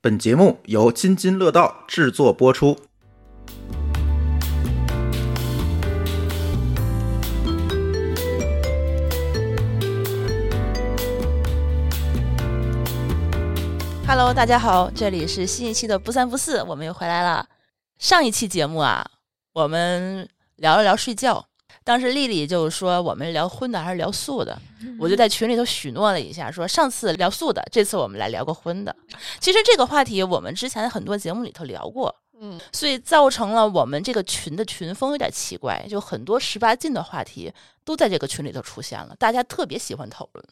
本节目由津津乐道制作播出。 Hello，大家好，这里是新一期的不三不四，我们又回来了。上一期节目啊，我们聊了聊睡觉，当时丽丽就说我们聊荤的还是聊素的，我就在群里头许诺了一下，说上次聊素的，这次我们来聊个荤的。其实这个话题我们之前很多节目里头聊过，嗯，所以造成了我们这个群的群风有点奇怪，就很多十八禁的话题都在这个群里头出现了，大家特别喜欢讨论。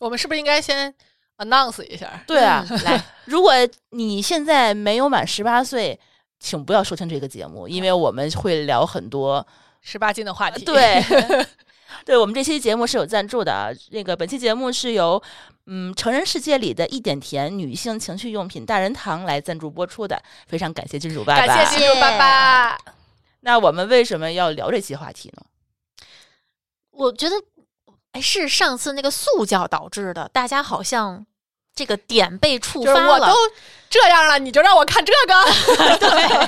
我们是不是应该先 announce 一下？对 啊，来，如果你现在没有满十八岁，请不要收听这个节目，因为我们会聊很 多。十八禁的话题，对， 对我们这期节目是有赞助的啊。那个本期节目是由嗯成人世界里的一点甜女性情趣用品大人堂来赞助播出的，非常感谢金主爸爸。感谢金主爸爸。那我们为什么要聊这期话题呢？我觉得，哎，是上次那个素教导致的，大家好像这个点被触就是发我了都。这样了，你就让我看这个？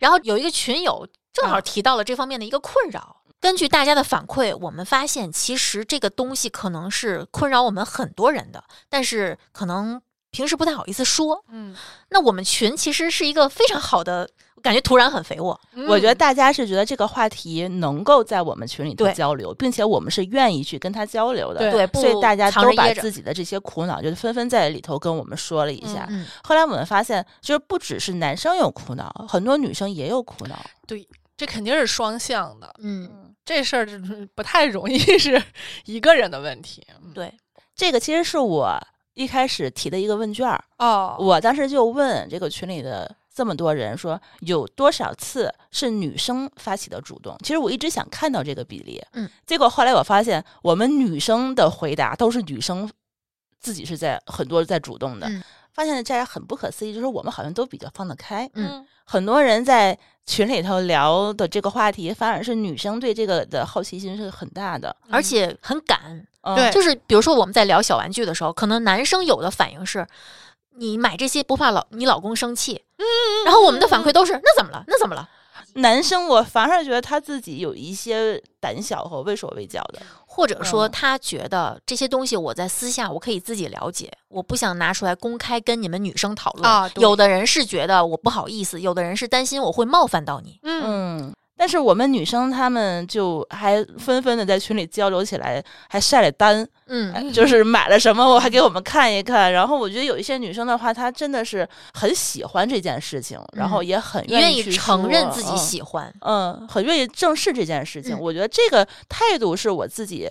然后有一个群友正好啊提到了这方面的一个困扰。根据大家的反馈，我们发现其实这个东西可能是困扰我们很多人的，但是可能平时不太好意思说。嗯，那我们群其实是一个非常好的，感觉土壤很肥沃。我嗯觉得大家是觉得这个话题能够在我们群里头对交流，并且我们是愿意去跟他交流的。对对，不所以大家藏都着把掖着自己的这些苦恼，就是纷纷在里头跟我们说了一下。嗯，后来我们发现，就是不只是男生有苦恼，很多女生也有苦恼。这肯定是双向的，嗯，这事儿就是不太容易 是一个人的问题。嗯对，这个其实是我一开始提的一个问卷儿，哦，我当时就问这个群里的这么多人说，有多少次是女生发起的主动？其实我一直想看到这个比例，嗯，结果后来我发现，我们女生的回答都是女生自己是在很多在主动的，嗯发现这样很不可思议，就是我们好像都比较放得开，嗯，很多人在群里头聊的这个话题，反而是女生对这个的好奇心是很大的，而且很赶，嗯、对就是比如说我们在聊小玩具的时候，可能男生有的反应是，你买这些不怕老你老公生气，嗯，然后我们的反馈都是那怎么了？那怎么了？男生我反而觉得他自己有一些胆小和畏手畏脚的，或者说嗯他觉得这些东西我在私下我可以自己了解，我不想拿出来公开跟你们女生讨论。啊对有的人是觉得我不好意思，有的人是担心我会冒犯到你。嗯，嗯。但是我们女生她们就还纷纷的在群里交流起来，还晒了单，嗯，就是买了什么，我还给我们看一看。然后我觉得有一些女生的话，她真的是很喜欢这件事情，然后也很嗯愿意意去承认说自己嗯喜欢。嗯，很愿意正视这件事情。嗯我觉得这个态度是我自己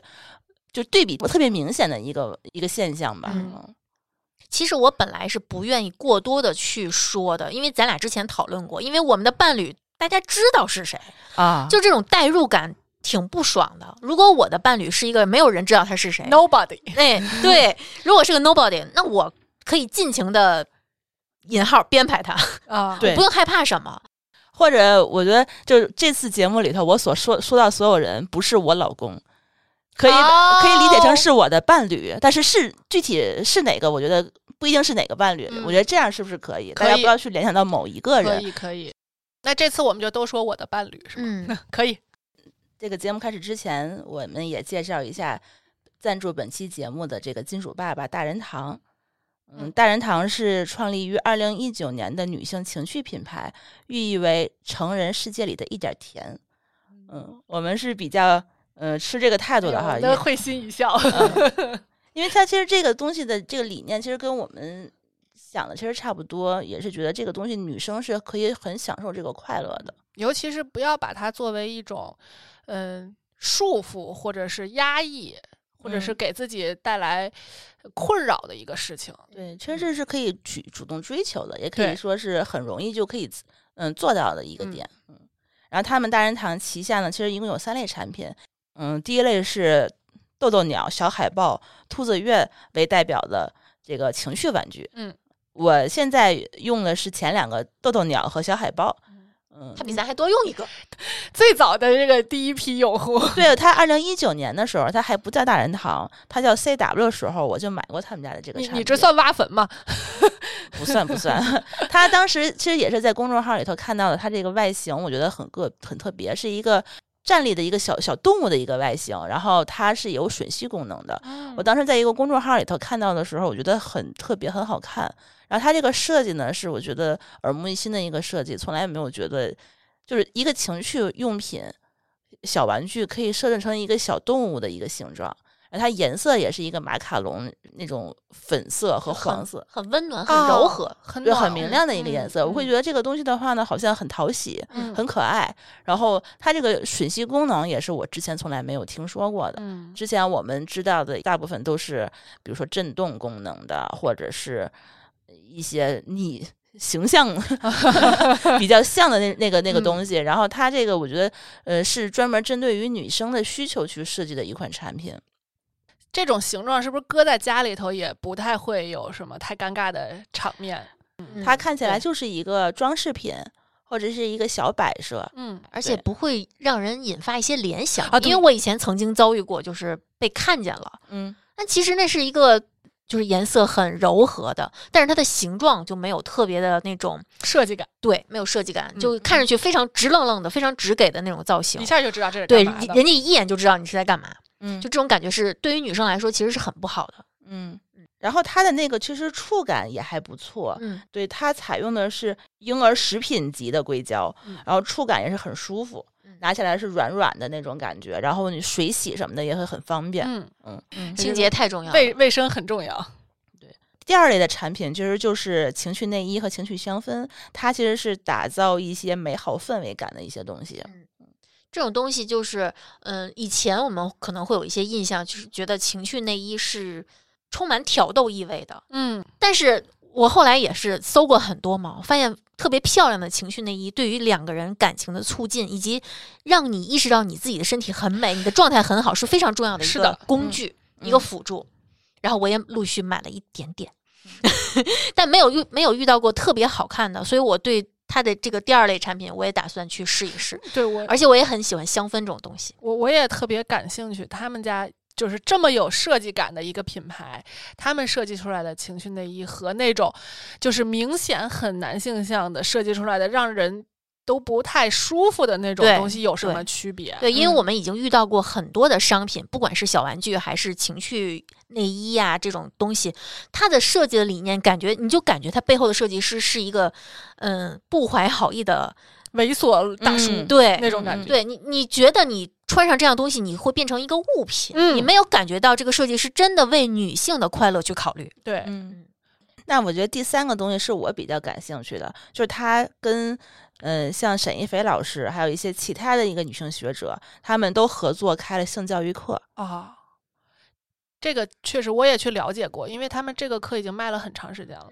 就对比特别明显的一个一个现象吧。嗯嗯其实我本来是不愿意过多的去说的，因为咱俩之前讨论过，因为我们的伴侣大家知道是谁，啊就这种代入感挺不爽的。如果我的伴侣是一个没有人知道他是嗯谁 Nobody， 哎，对，如果是个 nobody，那我可以尽情的引号编排他，啊，对不用害怕什么。或者我觉得就是这次节目里头，我所说说到所有人不是我老公，可以、哦可以理解成是我的伴侣，但是是具体是哪个，我觉得不一定是哪个伴侣。嗯我觉得这样是不是可以？可以大家不要去联想到某一个可人。以可以。那这次我们就都说我的伴侣是吗？嗯，可以，这个节目开始之前，我们也介绍一下赞助本期节目的这个金主爸爸大人堂。嗯，嗯大人堂是创立于二零一九年的女性情趣品牌，寓意为成人世界里的一点甜。嗯，我们是比较呃吃这个态度的哈，哎因哦呦我为都会心一笑。嗯 因为它其实这个东西的这个理念，其实跟我们想的其实差不多，也是觉得这个东西女生是可以很享受这个快乐的。尤其是不要把它作为一种，嗯，束缚或者是压抑，或者是嗯给自己带来困扰的一个事情。对，确实是可以去主动追求的，也可以嗯对说是很容易就可以自嗯做到的一个嗯点。嗯，然后他们大人堂旗下呢，其实一共有三类产品。嗯，第一类是豆豆鸟、小海豹、兔子月为代表的这个情绪玩具。嗯，我现在用的是前两个豆豆鸟和小海豹。嗯，他比咱还多用一个。最早的这个第一批用户，对他二零一九年的时候，他还不叫大人堂，他叫 CW 的时候，我就买过他们家的这个你产品。你这算挖坟吗？不算不算。 他当时其实也是在公众号里头看到的，他这个外形我觉得很个很特别，是一个站立的一个小小动物的一个外形，然后它是有吮吸功能的。我当时在一个公众号里头看到的时候，我觉得很特别，很好看。然后它这个设计呢，是我觉得耳目一新的一个设计，从来没有觉得就是一个情趣用品小玩具可以设置成一个小动物的一个形状。然后它颜色也是一个马卡龙那种粉色和黄色，很温暖，很很柔柔和。和，很对，暖很明亮的一个颜色。我会觉得这个东西的话呢，好像很讨喜，嗯很可爱。然后它这个吮吸功能也是我之前从来没有听说过的。嗯之前我们知道的大部分都是，比如说震动功能的，或者是一些逆形象 比较像的那那个那个嗯东西。然后它这个我觉得，呃，是专门针对于女生的需求去设计的一款产品。这种形状是不是搁在家里头也不太会有什么太尴尬的场面？嗯它看起来嗯对就是一个装饰品，或者是一个小摆设。嗯而且对不会让人引发一些联想啊对因为我以前曾经遭遇过，就是被看见了，嗯，但其实那是一个就是颜色很柔和的，但是它的形状就没有特别的那种设计感对，没有设计感，嗯就看上去非常直愣愣的，非常直给的那种造型一。下就知道这是干对，人嘛的人家一眼就知道你是在干嘛，嗯就这种感觉是对于女生来说其实是很不好的。嗯，然后它的那个其实触感也还不错，嗯，对，它采用的是婴儿食品级的硅胶，嗯然后触感也是很舒服嗯，拿起来是软软的那种感觉，然后你水洗什么的也会很方便。嗯嗯嗯清洁太重要了。卫卫生很重要。第二类的产品其实就是情趣内衣和情趣香氛，它其实是打造一些美好氛围感的一些东西。这种东西就是，嗯，以前我们可能会有一些印象，就是觉得情趣内衣是充满挑逗意味的。嗯，但是我后来也是搜过很多嘛，我发现特别漂亮的情趣内衣，对于两个人感情的促进，以及让你意识到你自己的身体很美，你的状态很好，是非常重要的一是个的工嗯具，嗯一个辅助。然后我也陆续买了一点点， 但没有遇没有遇到过特别好看的，所以我对它的这个第二类产品，我也打算去试一试。对我而且我也很喜欢香氛这种东西。我我也特别感兴趣，他们家就是这么有设计感的一个品牌，他们设计出来的情趣内衣和那种就是明显很男性向的设计出来的，让人都不太舒服的那种对东西有什对么区别？对，因为嗯我们已经遇到过很多的商品，不管是小玩具还是情趣内衣呀、这种东西，它的设计的理念，感觉你就感觉它背后的设计师是一个，嗯，不怀好意的，猥琐大叔、嗯对，那种感觉。对你，你觉得你穿上这样东西，你会变成一个物品，嗯你没有感觉到这个设计师真的为女性的快乐去考虑。对，嗯，那我觉得第三个东西是我比较感兴趣的，就是它跟嗯、呃像沈一菲老师，还有一些其他的一个女性学者，他们都合作开了性教育课。嗯啊。这个确实我也去了解过，因为他们这个课已经卖了很长时间了。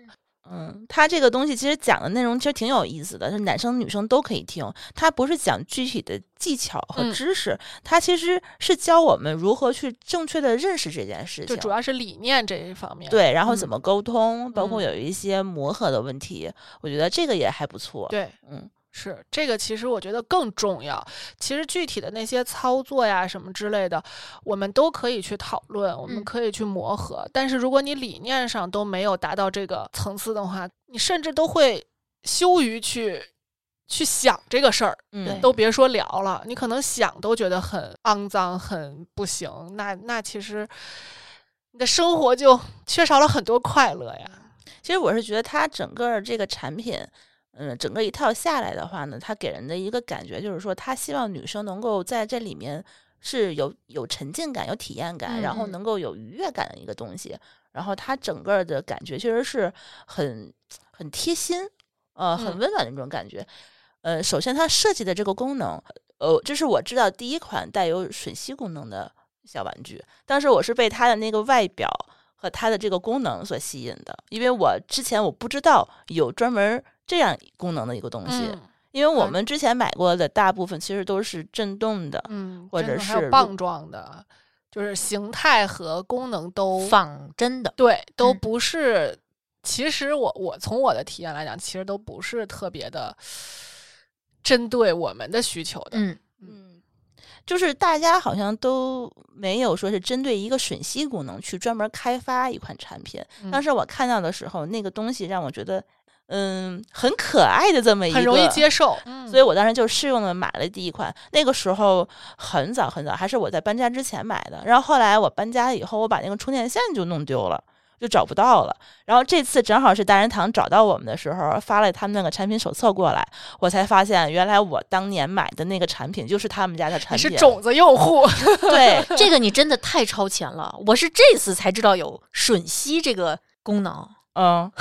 嗯，它这个东西其实讲的内容其实挺有意思的，是男生女生都可以听。它不是讲具体的技巧和嗯知识，它其实是教我们如何去正确的认识这件事就情。主要是理念这一方面。对，然后嗯怎么沟通，包括嗯有一些磨合的问题，我觉得这个也还不错。，对，嗯，是这个，其实我觉得更重要。其实具体的那些操作呀、什么之类的，我们都可以去讨论，我嗯们可以去磨合。但是如果你理念上都没有达到这个层次的话，你甚至都会羞于去去想这个事儿，嗯，都别说聊了。你可能想都觉得很肮脏、很不行。那那其实你的生活就缺少了很多快乐呀。其实我是觉得它整个儿这个产品，嗯，整个一套下来的话呢，它给人的一个感觉就是说，它希望女生能够在这里面是有有沉浸感、有体验感，然后嗯能够有愉悦感的一个东西。然后它整个儿的感觉确实是很很贴心，呃，很嗯温暖的那种感觉。呃，首先它设计的这个功能，呃，这是我知道第一款带有吮吸功能的小玩具。当时我是被它的那个外表和它的这个功能所吸引的，因为我之前我不知道有专门这样功能的一个东西，嗯因为我嗯们之前买过的大部分其实都是震动的，嗯，或真者的还是有如棒状的，就是形态和功能哦都仿真的，对，都嗯不是。其实我我从我的体验来讲，其实都不是特别的针对我们的需求的。嗯，嗯，就是大家好像都没有说是针对一个吮吸功能去专门开发一款产品。嗯当时我看到的时候，那个东西让我觉得，嗯，很可爱的这么一个，很容易接受，嗯所以我当时就试用了买了第一款。那个时候很早很早，还是我在搬家之前买的。然后后来我搬家以后，我把那个充电线就弄丢了。就找不到了，然后这次正好是大人堂找到我们的时候，发了他们那个产品手册过来，我才发现原来我当年买的那个产品就是他们家的产你品，是种子用户， 对，这个你真的太超前了，我是这次才知道有吮吸这个功能， 嗯，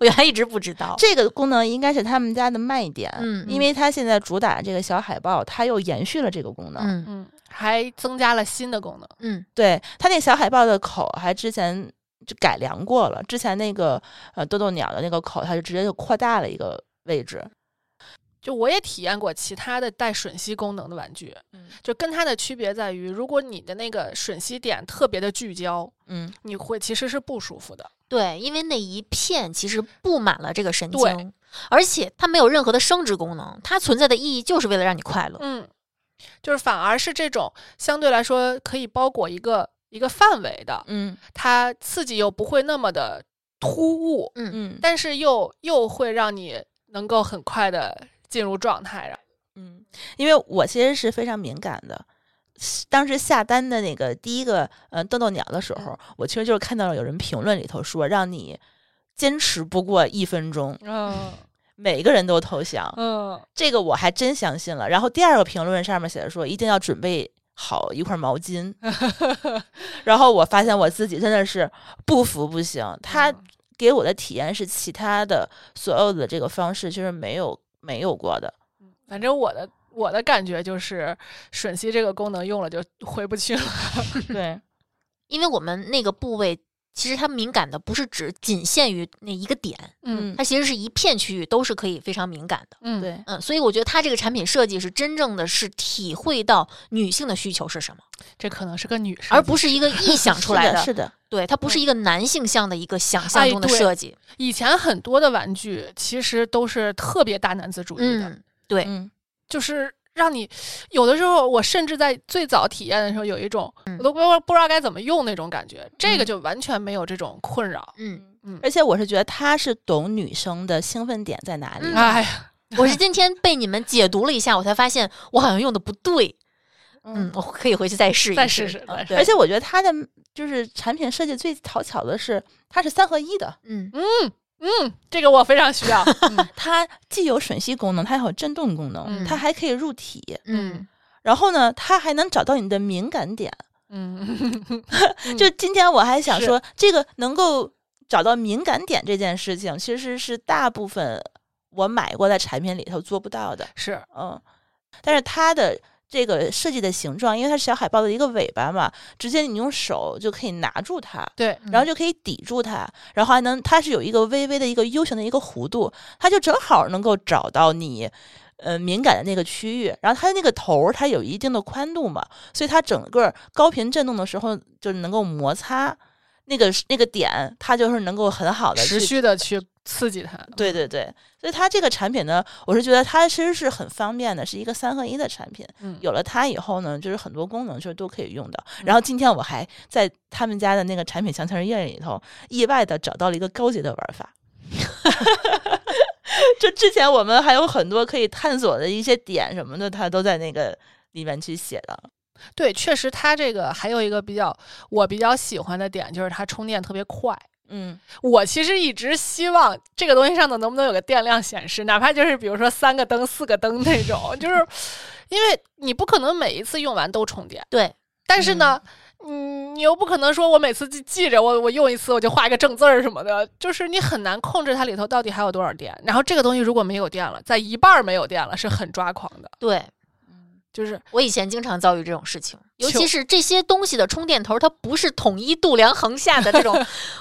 我原来一直不知道。这个功能应该是他们家的卖点，嗯因为它现在主打这个小海报，它又延续了这个功能，嗯嗯，还增加了新的功能，嗯对它那小海豹的口还之前就改良过了，之前那个呃豆豆鸟的那个口，它就直接就扩大了一个位置。就我也体验过其他的带吮吸功能的玩具，嗯就跟它的区别在于，如果你的那个吮吸点特别的聚焦，嗯，你会其实是不舒服的。对，因为那一片其实布满了这个神对经，而且它没有任何的生殖功能，它存在的意义就是为了让你快乐。嗯，就是反而是这种相对来说可以包裹一个一个范围的，嗯它刺激又不会那么的突兀，嗯但是又又会让你能够很快的进入状态。啊嗯，因为我其实是非常敏感的。当时下单的那个第一个呃豆豆鸟的时候，我其实就是看到了有人评论里头说让你坚持不过一分钟，嗯每个人都投降。 嗯，这个我还真相信了。然后第二个评论上面写着说，一定要准备好一块毛 巾。然后我发现我自己真的是不服不行，他嗯给我的体验是其他的所有的这个方式就是没有没有过的。反正我的我的感觉就是吮吸这个功能用了就回不去了。嗯对，因为我们那个部位其实它敏感的不是只仅限于那一个点，嗯它其实是一片区域都是可以非常敏感的。嗯，对，嗯，所以我觉得它这个产品设计是真正的是体会到女性的需求是什么，这可能是个女生，而不是一个臆 想出来是的，是的，对，它不是一个男性向的一个想象中的哎对设计。以前很多的玩具其实都是特别大男子主义的，嗯，对，嗯就是让你有的时候，我甚至在最早体验的时候有一种嗯我都不知道不知道该怎么用那种感觉，这个就完全没有这种困扰。嗯，嗯，而且我是觉得他是懂女生的兴奋点在哪里嗯的。哎呀，我是今天被你们解读了一下，我才发现我好像用的不对。嗯，我可以回去再试一再试试嗯再试对而且我觉得他的就是产品设计最讨巧的是，它是三合一的，嗯，嗯，这个我非常需 要。嗯它既有吮吸功能，它还有震动功能，嗯它还可以入体。嗯，然后呢，它还能找到你的敏感点。嗯， 嗯就今天我还想是说，这个能够找到敏感点这件事情，其实是大部分我买过的产品里头做不到的。是嗯，但是它的这个设计的形状，因为它是小海豹的一个尾巴嘛，直接你用手就可以拿住它。对，嗯然后就可以抵住它，然后还能，它是有一个微微的一个 U 型的一个弧度，它就正好能够找到你，呃，敏感的那个区域。然后它的那个头儿，它有一定的宽度嘛，所以它整个高频震动的时候，就是能够摩擦那个那个点，它就是能够很好的持续嗯的去刺激它。对对对，所以它这个产品呢，我是觉得它其实是很方便的，是一个三合一的产品。嗯，有了它以后呢，就是很多功能就是都可以用到。然后今天我还在他们家的那个产品详情页里头，意外的找到了一个高级的玩法。 就之前我们还有很多可以探索的一些点什么的，它都在那个里面去写的。对，确实它这个还有一个比较我比较喜欢的点就是它充电特别快。嗯我其实一直希望这个东西上头能不能有个电量显示，哪怕就是比如说三个灯、四个灯那种， 就是因为你不可能每一次用完都充电，对，但是呢，嗯，你又不可能说我每次记记着我我用一次我就画一个正字儿什么的，就是你很难控制它里头到底还有多少电。然后这个东西如果没有电了，在一半儿没有电了，是很抓狂的，对就是我以前经常遭遇这种事情，尤就其是这些东西的充电头，它不是统一度量衡下的这 种，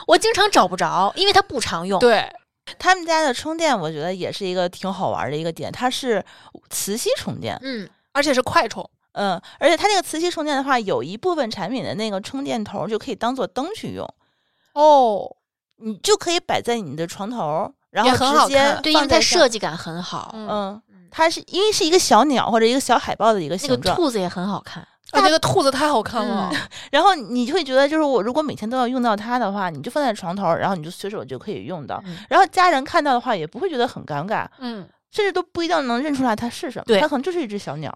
我经常找不着，因为它不常用。对，他们家的充电，我觉得也是一个挺好玩的一个点，它是磁吸充电。嗯，而且是快充，嗯，而且它那个磁吸充电的话，有一部分产品的那个充电头就可以当做灯去用，哦，你就可以摆在你的床头，然也后很直好接看对，因为放在它上设计感很好。嗯嗯，嗯它是因为是一个小鸟或者一个小海豹的一个那形个状，兔子也很好看，啊，那个兔子太好看了，然后你就会觉得，就是我如果每天都要用到它的话，你就放在床头，然后你就随手就可以用到，嗯然后家人看到的话也不会觉得很尴尬，嗯， 甚至都不一定能认出来它是什么，对它可能就是一只小鸟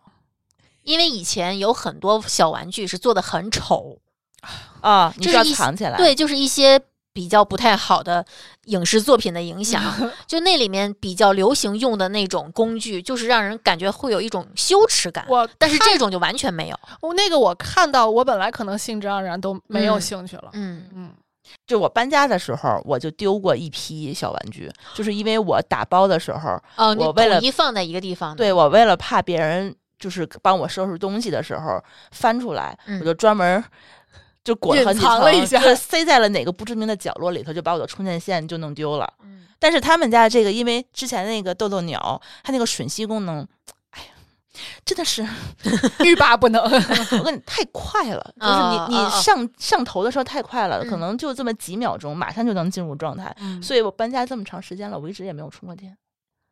因为以前有很多小玩具是做的很丑，啊，你这就是要一藏起来。对，就是一些比较不太好的影视作品的影响，就那里面比较流行用的那种工具，就是让人感觉会有一种羞耻感。我但是看这种就完全没有，我那个我看到，我本来可能兴致盎然都没有嗯兴趣了，嗯，嗯，就我搬家的时候，我就丢过一批小玩具，就是因为我打包的时候，哦，你我为了统一放在一个地嗯方的，对我为了怕别人就是帮我收拾东西的时候翻出来，嗯我就专门就裹了隐好几藏了层一下就是塞在了哪个不知名的角落里头，就把我的充电线就弄丢了。嗯，但是他们家的这个，因为之前那个豆豆鸟，它那个吮吸功能，哎呀，真的是嗯欲罢不能。我跟你 太快了，就啊嗯是你啊你啊上上头的时候太快了，可嗯能就这么几秒钟，马上就能进入状态。嗯所以我搬家这么长时间了，我一直也没有充过电。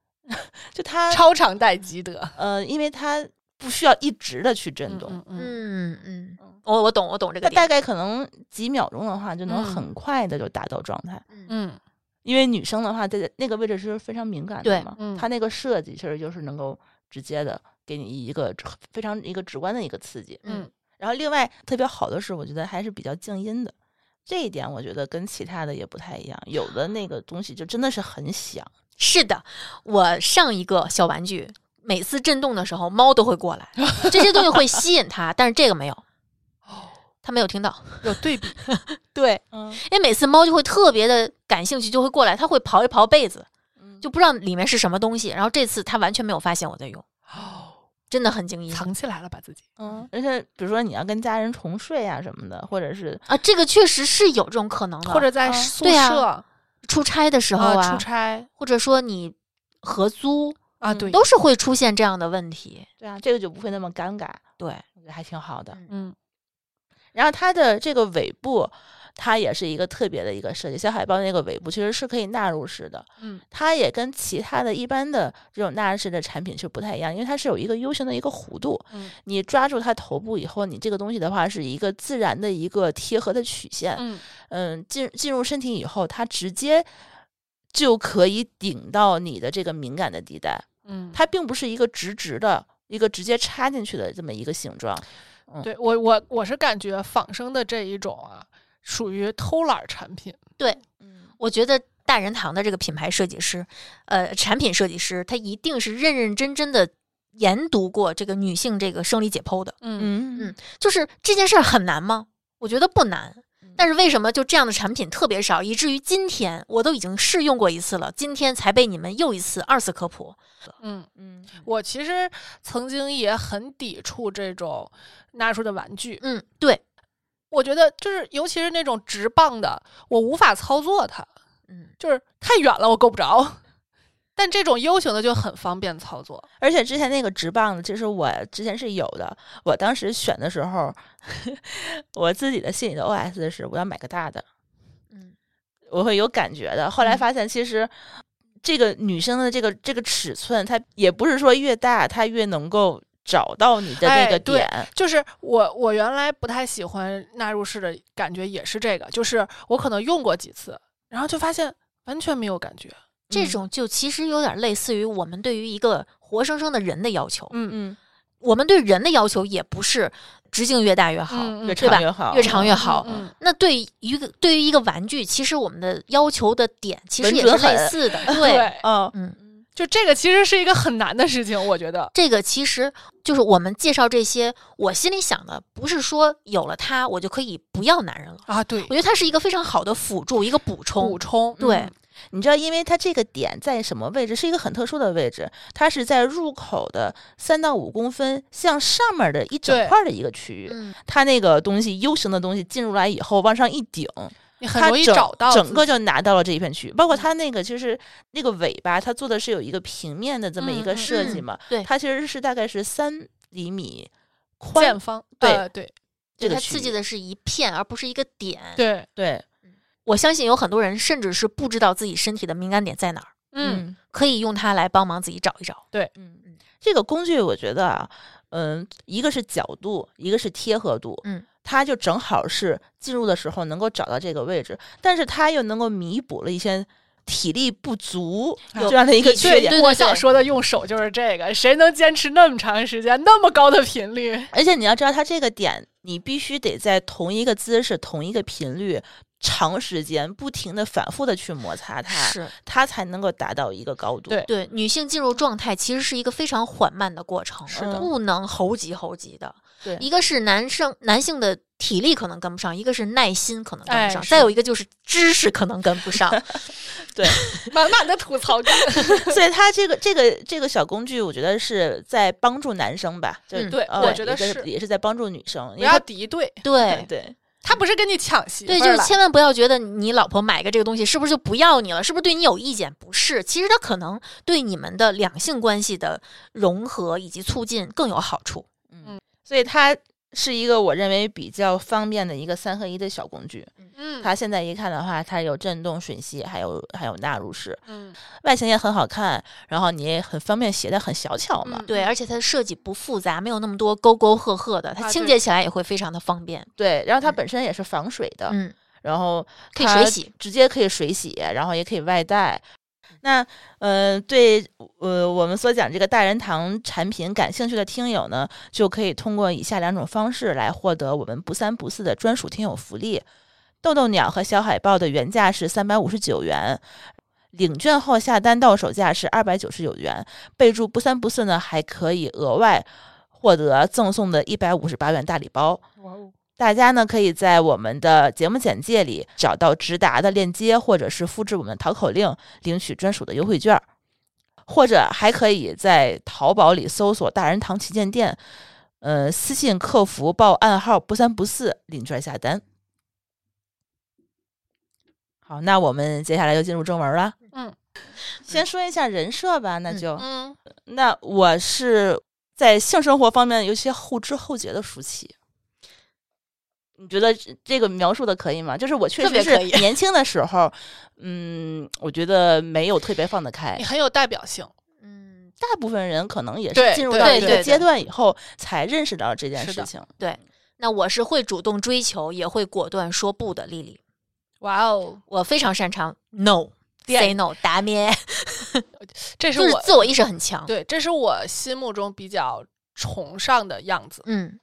就它 超长待机得，呃，因为它不需要一直的去震动，嗯嗯嗯嗯，我我懂我懂这它个大点，概可能几秒钟的话，就能嗯很快的就达到状态。嗯因为女生的话，在那个位置是非常敏感的对嘛，嗯它那个设计其实就是能够直接的给你一个非常一个直观的一个刺激。嗯然后另外特别好的是，我觉得还是比较静音的。这一点我觉得跟其他的也不太一样，有的那个东西就真的是很响，是的，我上一个小玩具。每次震动的时候，猫都会过来，这些东西会吸引它，但是这个没有，嗯它没有听到。有对比，对，嗯，因为每次猫就会特别的感兴趣，就会过来，它会刨一刨被子，就嗯不知道里面是什么东西。然后这次它完全没有发现我在用，哦真的很惊异藏起来了吧自己，嗯，而且比如说你要跟家人重睡啊什么的，或者是啊！这个确实是有这种可能的，或者在啊宿对啊舍出差的时候啊，出差或者说你合租，啊，嗯对，都是会出现这样的问题。对啊，这个就不会那么尴尬，对，我觉得还挺好的。嗯嗯然后它的这个尾部，它也是一个特别的一个设计，小海豹那个尾部其实是可以纳入式的，嗯它也跟其他的一般的这种纳入式的产品是不太一样，因为它是有一个 U 型的一个弧度，嗯你抓住它头部以后，你这个东西的话是一个自然的一个贴合的曲线，嗯，嗯，进进入身体以后，它直接就可以顶到你的这个敏感的地带，嗯，它并不是一个直直的。一个直接插进去的这么一个形状，对我我我是感觉仿生的这一种啊，属于偷懒儿产品，嗯，我觉得大人堂的这个品牌设计师，呃，产品设计师，他一定是认认真真的研读过这个女性这个生理解剖的。嗯嗯嗯就是这件事儿很难吗？我觉得不难嗯。但是为什么就这样的产品特别少，以至于今天我都已经试用过一次了，今天才被你们又一次二次科普？嗯，嗯我其实曾经也很抵触这种纳入的玩具，嗯，对，我觉得就是尤其是那种直棒的，我无法操作它，嗯，就是太远了我够不着。 但这种 U 型的就很方便操作，而且之前那个直棒的，其实我之前是有的。我当时选的时候， 我自己的心里的 OS 是我要买个大的，嗯，我会有感觉的。后来嗯发现，其实这个女生的这个这个尺寸，它也不是说越大它越能够找到你的那哎个对点。就是我我原来不太喜欢纳入式的感觉，也是这个，就是我可能用过几次，然后就发现完全没有感觉。这嗯种就其实有点类似于我们对于一个活生生的人的要求，嗯嗯，我们对人的要求也不是直径越大越好，越嗯嗯对长吧越好，越长越好。嗯嗯那对于一个对于一个玩具，其实我们的要求的点其实稳也准是类狠似 的，对，对，嗯嗯。就这个其实是一个很难的事情，我觉得。这个其实就是我们介绍这些，我心里想的不是说有了它我就可以不要男人了，啊，对我，觉得它是一个非常好的辅助，一个补充。补充，对，你知道，因为它这个点在什么位置？是一个很特殊的位置，它是在入口的三到五公分向上面的一整对块儿的一个区域。嗯，它那个东西 U 型的东西进入来以后，往上一顶，你很它容易整找到整个自己就拿到了这一片区域。包括它那个就是那个尾巴，它做的是有一个平面的这么一嗯个嗯设计嗯嘛，对它其实是大概是三厘米宽见，方，对呃对这就个它区刺域激的是一片，而不是一个点。对，对，我相信有很多人甚至是不知道自己身体的敏感点在哪儿，嗯，可以用它来帮忙自己找一找。嗯嗯。这个工具我觉得啊，嗯，一个是角度，一个是贴合度，嗯，它就正好是进入的时候能够找到这个位置，但是它又能够弥补了一些体力不足有这样的一个的缺确点。对对我对想说的用手就是这个，谁能坚持那么长时间，那么高的频率？而且你要知道，它这个点你必须得在同一个姿势、同一个频率、长时间不停的、反复的去摩擦它，是它才能够达到一个高度。对对女性进入状态其实是一个非常缓慢的过程，是的不能猴急猴急的。对一个是男生男性的体力可能跟不上，一个是耐心可能跟哎不上，是再有一个就是知识可能跟 不上。满满的吐槽感。所以它这个这个这个小工具，我觉得是在帮助男生吧，就嗯对呃我觉得也是也是在帮助女生，不因为它要敌对，对对他不是跟你抢媳妇对，儿就是了千万不要觉得你老婆买个这个东西是不是就不要你了，是不是对你有意见？不是，其实它可能对你们的两性关系的融合以及促进更有好处。嗯嗯，所以它是一个我认为比较方便的一个三合一的小工具。嗯它现在一看的话，它有震动、吮吸，还有还有纳入式，嗯，外形也很好看，然后你也很方便携带，很小巧嘛。嗯对，而且它的设计不复杂，没有那么多沟沟壑壑的，它啊清对洁起来也会非常的方便。对，然后它嗯本身也是防水的，嗯，然后可以它水洗，嗯直接可以水洗，然后也可以外带。那呃，对呃，我们所讲这个大人堂产品感兴趣的听友呢，就可以通过以下两种方式来获得我们不三不四的专属听友福利。豆豆鸟和小海豹的原价是三百五十九元，领券后下单到手价是二百九十九元。备注“不三不四”呢，还可以额外获得赠送的一百五十八元大礼包。大家呢可以在我们的节目简介里找到直达的链接，或者是复制我们的淘口令，领取专属的优惠券儿，或者还可以在淘宝里搜索“大人堂旗舰店”，呃，私信客服报暗号“不三不四”领券下单。好，那我们接下来就进入正文了。嗯，先说一下人设吧，那嗯就、嗯，那我是在性生活方面有些后知后觉的舒淇。你觉得这这个描述的可以吗？就是我确特实别是可以年轻的时候，嗯，我觉得没有特别放得开你。很有代表性，嗯，大部分人可能也对是进入对到对一个对阶段以后才认识到这件是事的情。那我是会主动追求，也会果断说不的。丽丽，哇哦，我非常擅长 no，say 点 no，答咩，这是就是我自我意识很强。对，这是我心目中比较崇尚的样子。嗯，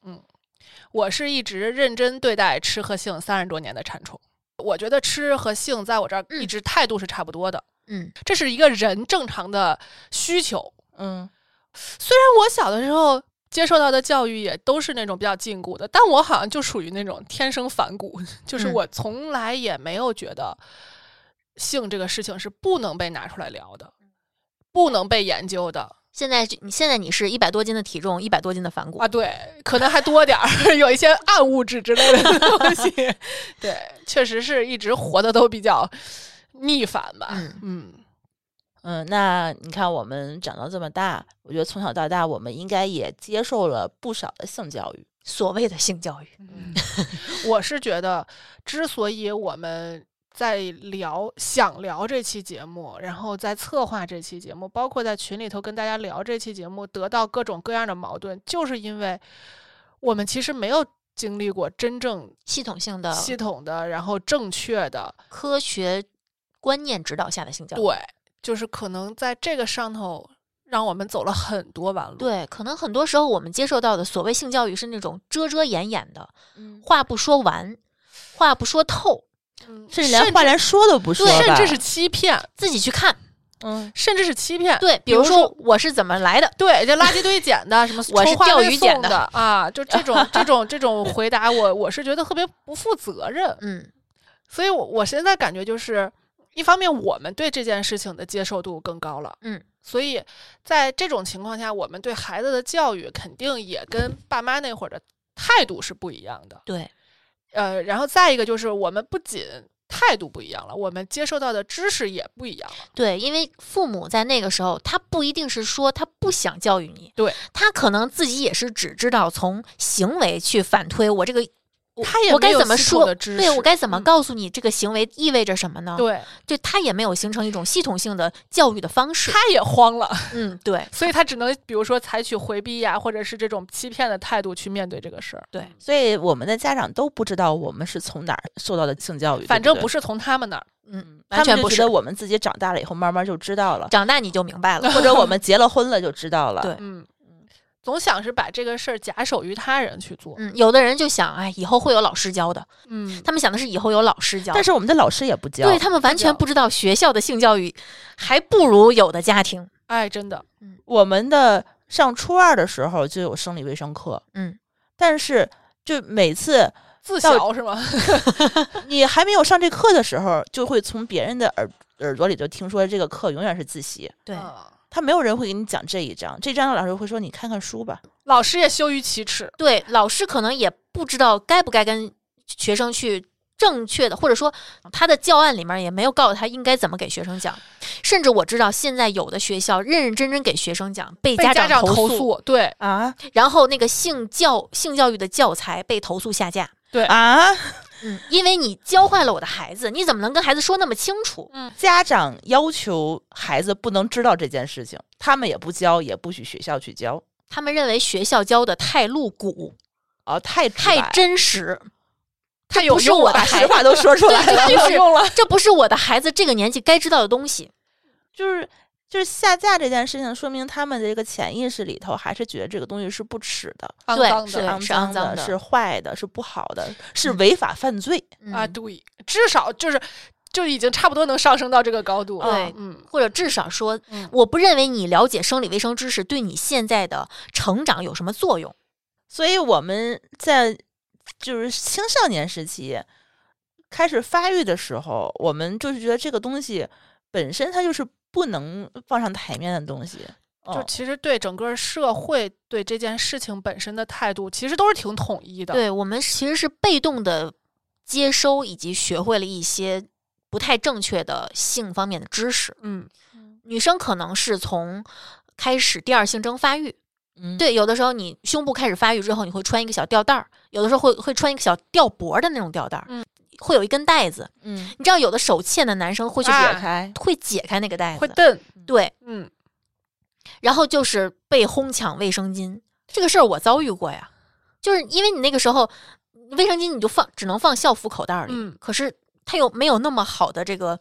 我是一直认真对待吃和性三十多年的馋虫。我觉得吃和性在我这儿嗯一直态度是差不多的，嗯这是一个人正常的需求。嗯，虽然我小的时候接受到的教育也都是那种比较禁锢的，但我好像就属于那种天生反骨， 就是嗯我从来也没有觉得性这个事情是不能被拿出来聊的，不能被研究的现在就你现在你是一百多斤的体重，一百多斤的反骨啊。，对，可能还多点儿， 有一些暗物质之类的东西。 对，确实是一直活的都比较逆反吧。嗯嗯嗯，那你看我们长到这么大，我觉得从小到大我们应该也接受了不少的性教育。所谓的性教育。嗯，我是觉得，之所以我们在聊想聊这期节目，然后在策划这期节目，包括在群里头跟大家聊这期节目，得到各种各样的矛盾，就是因为我们其实没有经历过真正系统性的系统的，然后正确的，科学观念指导下的性教育。对，就是可能在这个上头，让我们走了很多弯路。对可能很多时候我们接受到的所谓性教育是那种遮遮掩掩的，嗯，话不说完，话不说透，嗯，甚至连话连说都不说吧，甚至是欺骗，自己去看。嗯，甚至是欺骗。对，比比如如说说我是怎么来的，对，这垃圾堆捡 的，什么我是充话钓费鱼捡送的的啊，就这种这种这种回答我，我是觉得特别不负责任。嗯所以我，我现在感觉就是，一方面我们对这件事情的接受度更高了，嗯，所以在这种情况下，我们对孩子的教育肯定也跟爸妈那会儿的态度是不一样的。对，呃，然后再一个就是，我们不仅态度不一样了，我们接受到的知识也不一样了。对，因为父母在那个时候，他不一定是说他不想教育你，对他可能自己也是只知道从行为去反推我这个。他也我该没有怎么系统说的？知识，对我该怎么嗯告诉你这个行为意味着什么呢？对，对，他也没有形成一种系统性的教育的方式。他也慌了，嗯，对所以他只能比如说采取回避呀、或者是这种欺骗的态度去面对这个事儿。对，所以我们的家长都不知道我们是从哪儿受到的性教育，反正不是，是从他们那儿，嗯，他完们全就不觉是得。我们自己长大了以后慢慢就知道了， 长大你就明 白了。或者我们结了婚了就知道了。对嗯，总想是把这个事儿假手于他人去做。嗯，有的人就想，哎，以后会有老师教的。嗯，他们想的是以后有老师教，但是我们的老师也不教，对他们完全不知道学校的性教育还不如有的家庭。哎，真的，我们的上初二的时候就有生理卫生课，嗯，但是就每 次自到小是吗？ 你还没有上这课的时候，就会从别人的耳耳朵里就听说这个课永远是自习，对，嗯他没有人会给你讲这一章，这章老师会说你看看书吧，老师也羞于启齿。对，老师可能也不知道该不该跟学生去正确的，或者说他的教案里面也没有告诉他应该怎么给学生讲。甚至我知道现在有的学校认认真真给学生讲，被被家家长投投诉， 对啊然后那个性教性教育的教材被投诉下架。啊！嗯，因为你教坏了我的孩子，你怎么能跟孩子说那么清楚？家长要求孩子不能知道这件事情，他们也不教，也不许学校去教他们认为学校教的太露骨、啊，太直白太了真实，太不有是用啊我了的，实孩 子，话都说出来了， 这就是用了。这不是我的孩子这个年纪该知道的东西。就是就是下架这件事情，说明他们的这个潜意识里头还是觉得这个东西是不耻的、肮 对脏是的肮肮脏脏的是坏的、是不好的、是嗯违法犯罪。嗯啊，对，至少就是就已经差不多能上升到这个高度了。对嗯或者至少说嗯，我不认为你了解生理卫生知识对你现在的成长有什么作用。所以我们在就是青少年时期开始发育的时候，我们就是觉得这个东西本身它就是不能放上台面的东西。就哦嗯其实对整个社会对这件事情本身的态度，其实都是挺统一的。，对我们其实是被动的接收以及学会了一些不太正确的性方面的知识。嗯，女生可能是从开始第二性征发育，嗯，对，有的时候你胸部开始发育之后，你会穿一个小吊带儿，有的时候会会穿一个小吊脖儿的那种吊带儿，嗯会有一根带子。嗯，你知道，有的手欠的男生会去解、啊解开。会解开那个带会子，瞪，对，嗯，然后就是被哄抢卫生巾这个事儿，我遭遇过呀，就是因为你那个时候卫生巾你就放只能放校服口袋儿里，嗯可是它又没有那么好的这个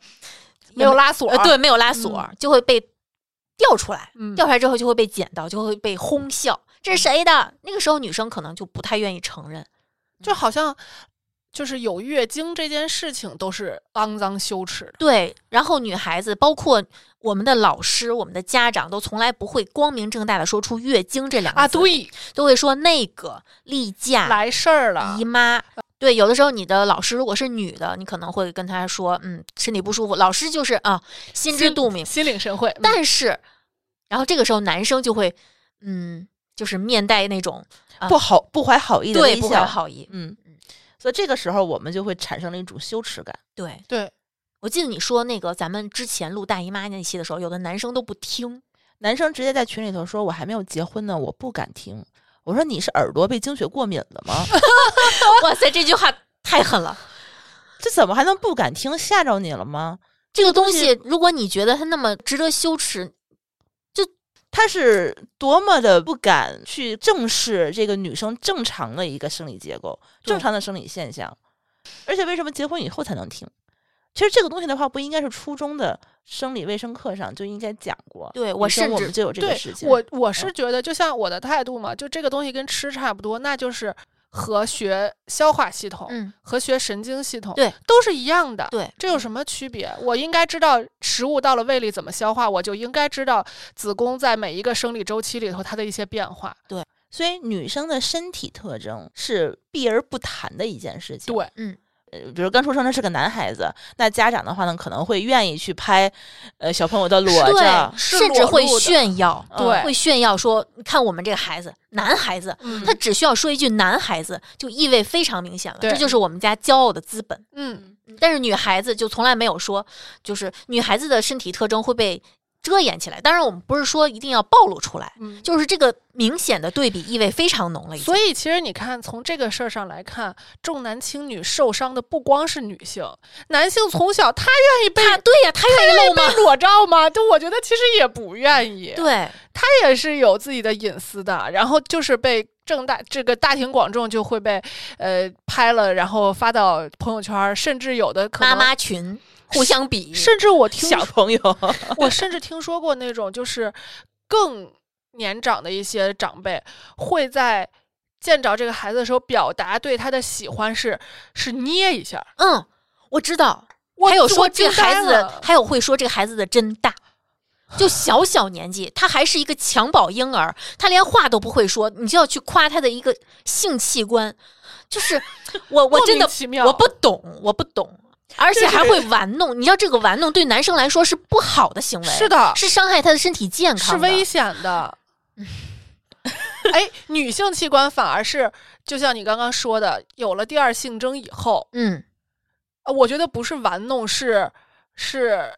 没有拉锁，呃，对，，没有拉锁，就会被调出来。嗯，掉出来之后就会被捡到，就会被哄笑。这是谁的？那个时候女生可能就不太愿意承认。就好像就是有月经这件事情都是肮脏羞耻的。对，然后女孩子，包括我们的老师、我们的家长，都从来不会光明正大的说出月经这两个啊，字，对，都会说那个例假、来事儿了姨，妈。对，有的时候你的老师如果是女的，你可能会跟她说，嗯，身体不舒服。老师就是啊，心知心肚明。心领神会。嗯但是，然后这个时候男生就会，嗯，就是面带那种不好不怀好意的啊对微不怀笑，好意。嗯，所以这个时候我们就会产生了一种羞耻感。对，对，我记得你说那个咱们之前录大姨妈那期的时候，有的男生都不听，男生直接在群里头说：“我还没有结婚呢，我不敢听。”我说：“你是耳朵被经血过敏了吗？ 哇塞，这句话太狠了。这怎么还能不敢听？吓着你了吗这个东西，如果你觉得它那么值得羞耻，？”他是多么的不敢去正视这个女生正常的一个生理结构、对正常的生理现象，而且为什么结婚以后才能听？其实这个东西的话，不应该是初中的生理卫生课上就应该讲过。对女我生甚我至们就有这个对事情。我我是觉得，就像我的态度嘛，就这个东西跟吃差不多，那就是和学消化系统、嗯，和学神经系统，对，都是一样的。对，这有什么区别？我应该知道食物到了胃里怎么消化，我就应该知道子宫在每一个生理周期里头它的一些变化。所以女生的身体特征是避而不谈的一件事情。对，嗯呃，比如刚出生的是个男孩子，那家长的话呢，可能会愿意去拍，呃，小朋友的裸照对，，是甚至裸会露的炫耀，嗯对会炫耀说，你看我们这个孩子，男孩子，嗯他只需要说一句“男孩子”，就意味非常明显了，对这就是我们家骄傲的资本。嗯，但是女孩子就从来没有说，就是女孩子的身体特征会被遮掩起来。当然，我们不是说一定要暴露出来，嗯，就是这个明显的对比意味非常浓了已经。所以其实你看，从这个事儿上来看，重男轻女受伤的不光是女性，男性从小他愿意被他对呀、他愿意露吗？被裸照吗？就我觉得其实也不愿意，对，他也是有自己的隐私的。然后就是被正大这个大庭广众就会被呃拍了，然后发到朋友圈儿，甚至有的可妈能妈群互相比，甚至我听小朋友，我甚至听说过那种就是更年长的一些长辈会在见着这个孩子的时候，表达对他的喜欢是是捏一下。嗯，我知道。我还有说我这个惊呆孩子的了，还有会说这个孩子的真大，就小小年纪，他还是一个襁褓婴儿，他连话都不会说，你就要去夸他的一个性器官，就是 我我莫真名的其妙我不懂，我不懂，而且还会玩弄。你知道这个玩弄对男生来说是不好的行为，是的是伤害他的身体健是康的，危险的。哎，女性器官反而是就像你刚刚说的，有了第二性征以后，嗯，呃我觉得不是玩弄，是是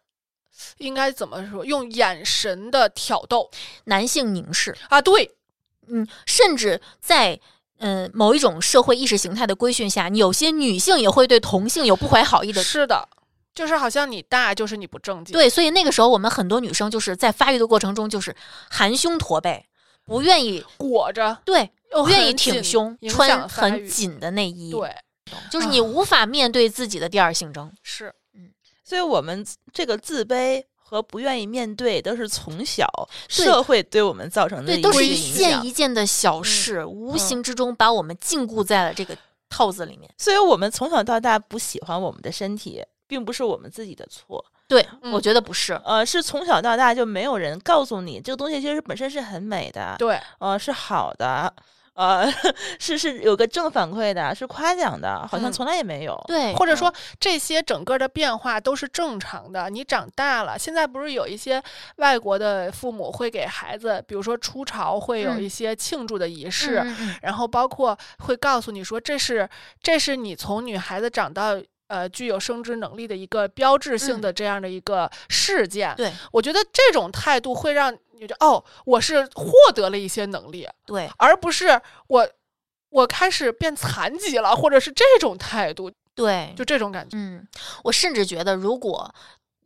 应该怎么说？用眼神的挑逗男性凝视，啊，对，嗯，甚至在。嗯，某一种社会意识形态的规训下，有些女性也会对同性有不怀好意的是的，就是好像你大就是你不正经，对，所以那个时候我们很多女生就是在发育的过程中，就是含胸驼背，不愿意裹着。对，又不愿意哦很紧挺胸，影穿响发很育紧的内衣，，对，啊就是你无法面对自己的第二性征。是所以我们这个自卑和不愿意面对，都是从小对社会对我们造成的对，都些是一影件响。一件的嗯小事，无形之中把我们禁锢在了这个套子里面。所以我们从小到大不喜欢我们的身体，并不是我们自己的错，对，嗯我觉得不是，呃，是从小到大就没有人告诉你这个东西其实本身是很美哎的，对，呃，是好的，呃， 是是有个正反馈的，是夸奖的，好像嗯从来也没有。啊对，或者说这些整个的变化都是正常的。你长大了，现在不是有一些外国的父母会给孩子，比如说出潮会有嗯一些庆祝的仪式，嗯，嗯嗯然后包括会告诉你说，这是这是你从女孩子长到呃具有生殖能力的一个标志性的这样的一个事件。嗯对我觉得这种态度会让你觉得哦，我是获得了一些能力，对，而不是我我开始变残疾了，或者是这种态度，对，就这种感觉。嗯，我甚至觉得，如果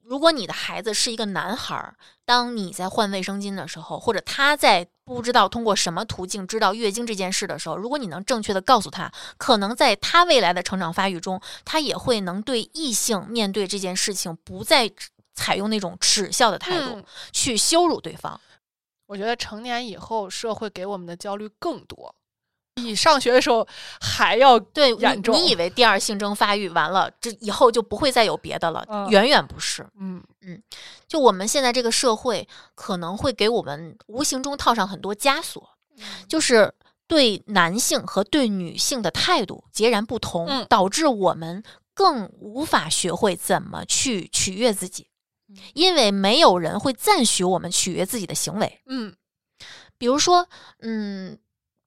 如果你的孩子是一个男孩儿，当你在换卫生巾的时候，或者他在不知道通过什么途径知道月经这件事的时候，如果你能正确的告诉他，可能在他未来的成长发育中，他也会能对异性面对这件事情不再采用那种耻笑的态度、嗯去羞辱对方。我觉得成年以后，社会给我们的焦虑更多，比上学的时候还要对严你，重。你以为第二性征发育完了，这以后就不会再有别的了？嗯远远不是。嗯，就我们现在这个社会，可能会给我们无形中套上很多枷锁，就是对男性和对女性的态度截然不同，嗯导致我们更无法学会怎么去取悦自己，因为没有人会赞许我们取悦自己的行为。嗯比如说，嗯，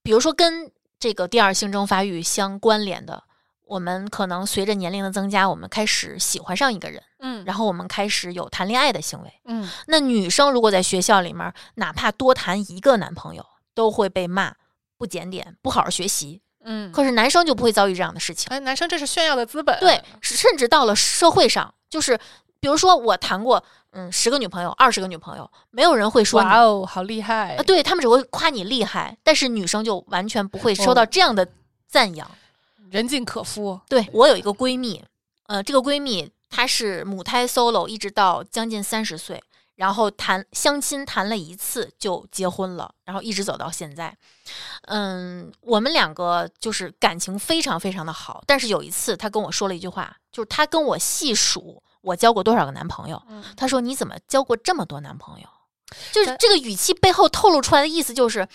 比如说跟这个第二性征发育相关联的，我们可能随着年龄的增加，我们开始喜欢上一个人，嗯然后我们开始有谈恋爱的行为。嗯那女生如果在学校里面，哪怕多谈一个男朋友，都会被骂不检点、不好好学习。嗯，可是男生就不会遭遇这样的事情。哎，男生这是炫耀的资本。对，甚至到了社会上，就是比如说我谈过嗯十个女朋友、二十个女朋友，没有人会说你哇哦，好厉害啊，！对他们只会夸你厉害，但是女生就完全不会受到哦这样的赞扬。人尽可夫。对我有一个闺蜜，呃，这个闺蜜她是母胎 solo，一直到将近三十岁，然后谈相亲谈了一次就结婚了，然后一直走到现在。嗯，我们两个就是感情非常非常的好，但是有一次她跟我说了一句话，就是她跟我细数我交过多少个男朋友，嗯，她说你怎么交过这么多男朋友？就是但这个语气背后透露出来的意思就是，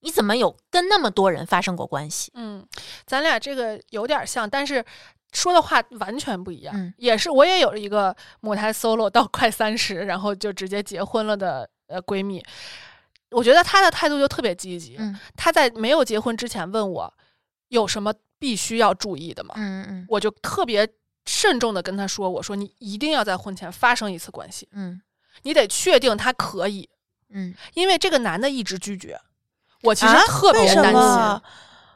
你怎么有跟那么多人发生过关系？嗯，咱俩这个有点像，但是说的话完全不一样。嗯也是我也有一个母胎 solo 到快三十，然后就直接结婚了的呃闺蜜，我觉得她的态度就特别积极。嗯她在没有结婚之前问我有什么必须要注意的吗？嗯嗯我就特别慎重的跟她说，我说你一定要在婚前发生一次关系。嗯，你得确定他可以，嗯，因为这个男的一直拒绝。我其实啊特别为什担心，么？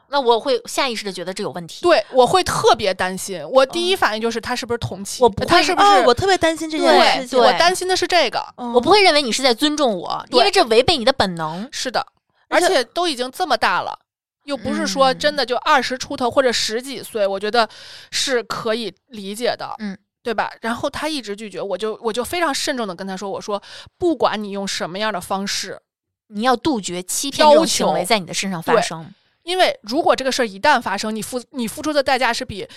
那我会下意识的觉得这有问题。对我会特别担心。我第一反应就是他是不是同妻？我不他会是不是？啊哦，我特别担心这件事对，情。我对担心的是这个。嗯我不会认为你是在尊重我，因哦对为这违背你的本能。是的，而而且嗯且都已经这么大了，又不是说真的就二十出头或者十几岁，我觉得是可以理解的，嗯，对吧？然后他一直拒绝，我就我就非常慎重的跟他说，我说不管你用什么样的方式，你要杜绝欺骗这要种求行为在你的身上发对生。因为如果这个事儿一旦发生，你付你付出的代价是比。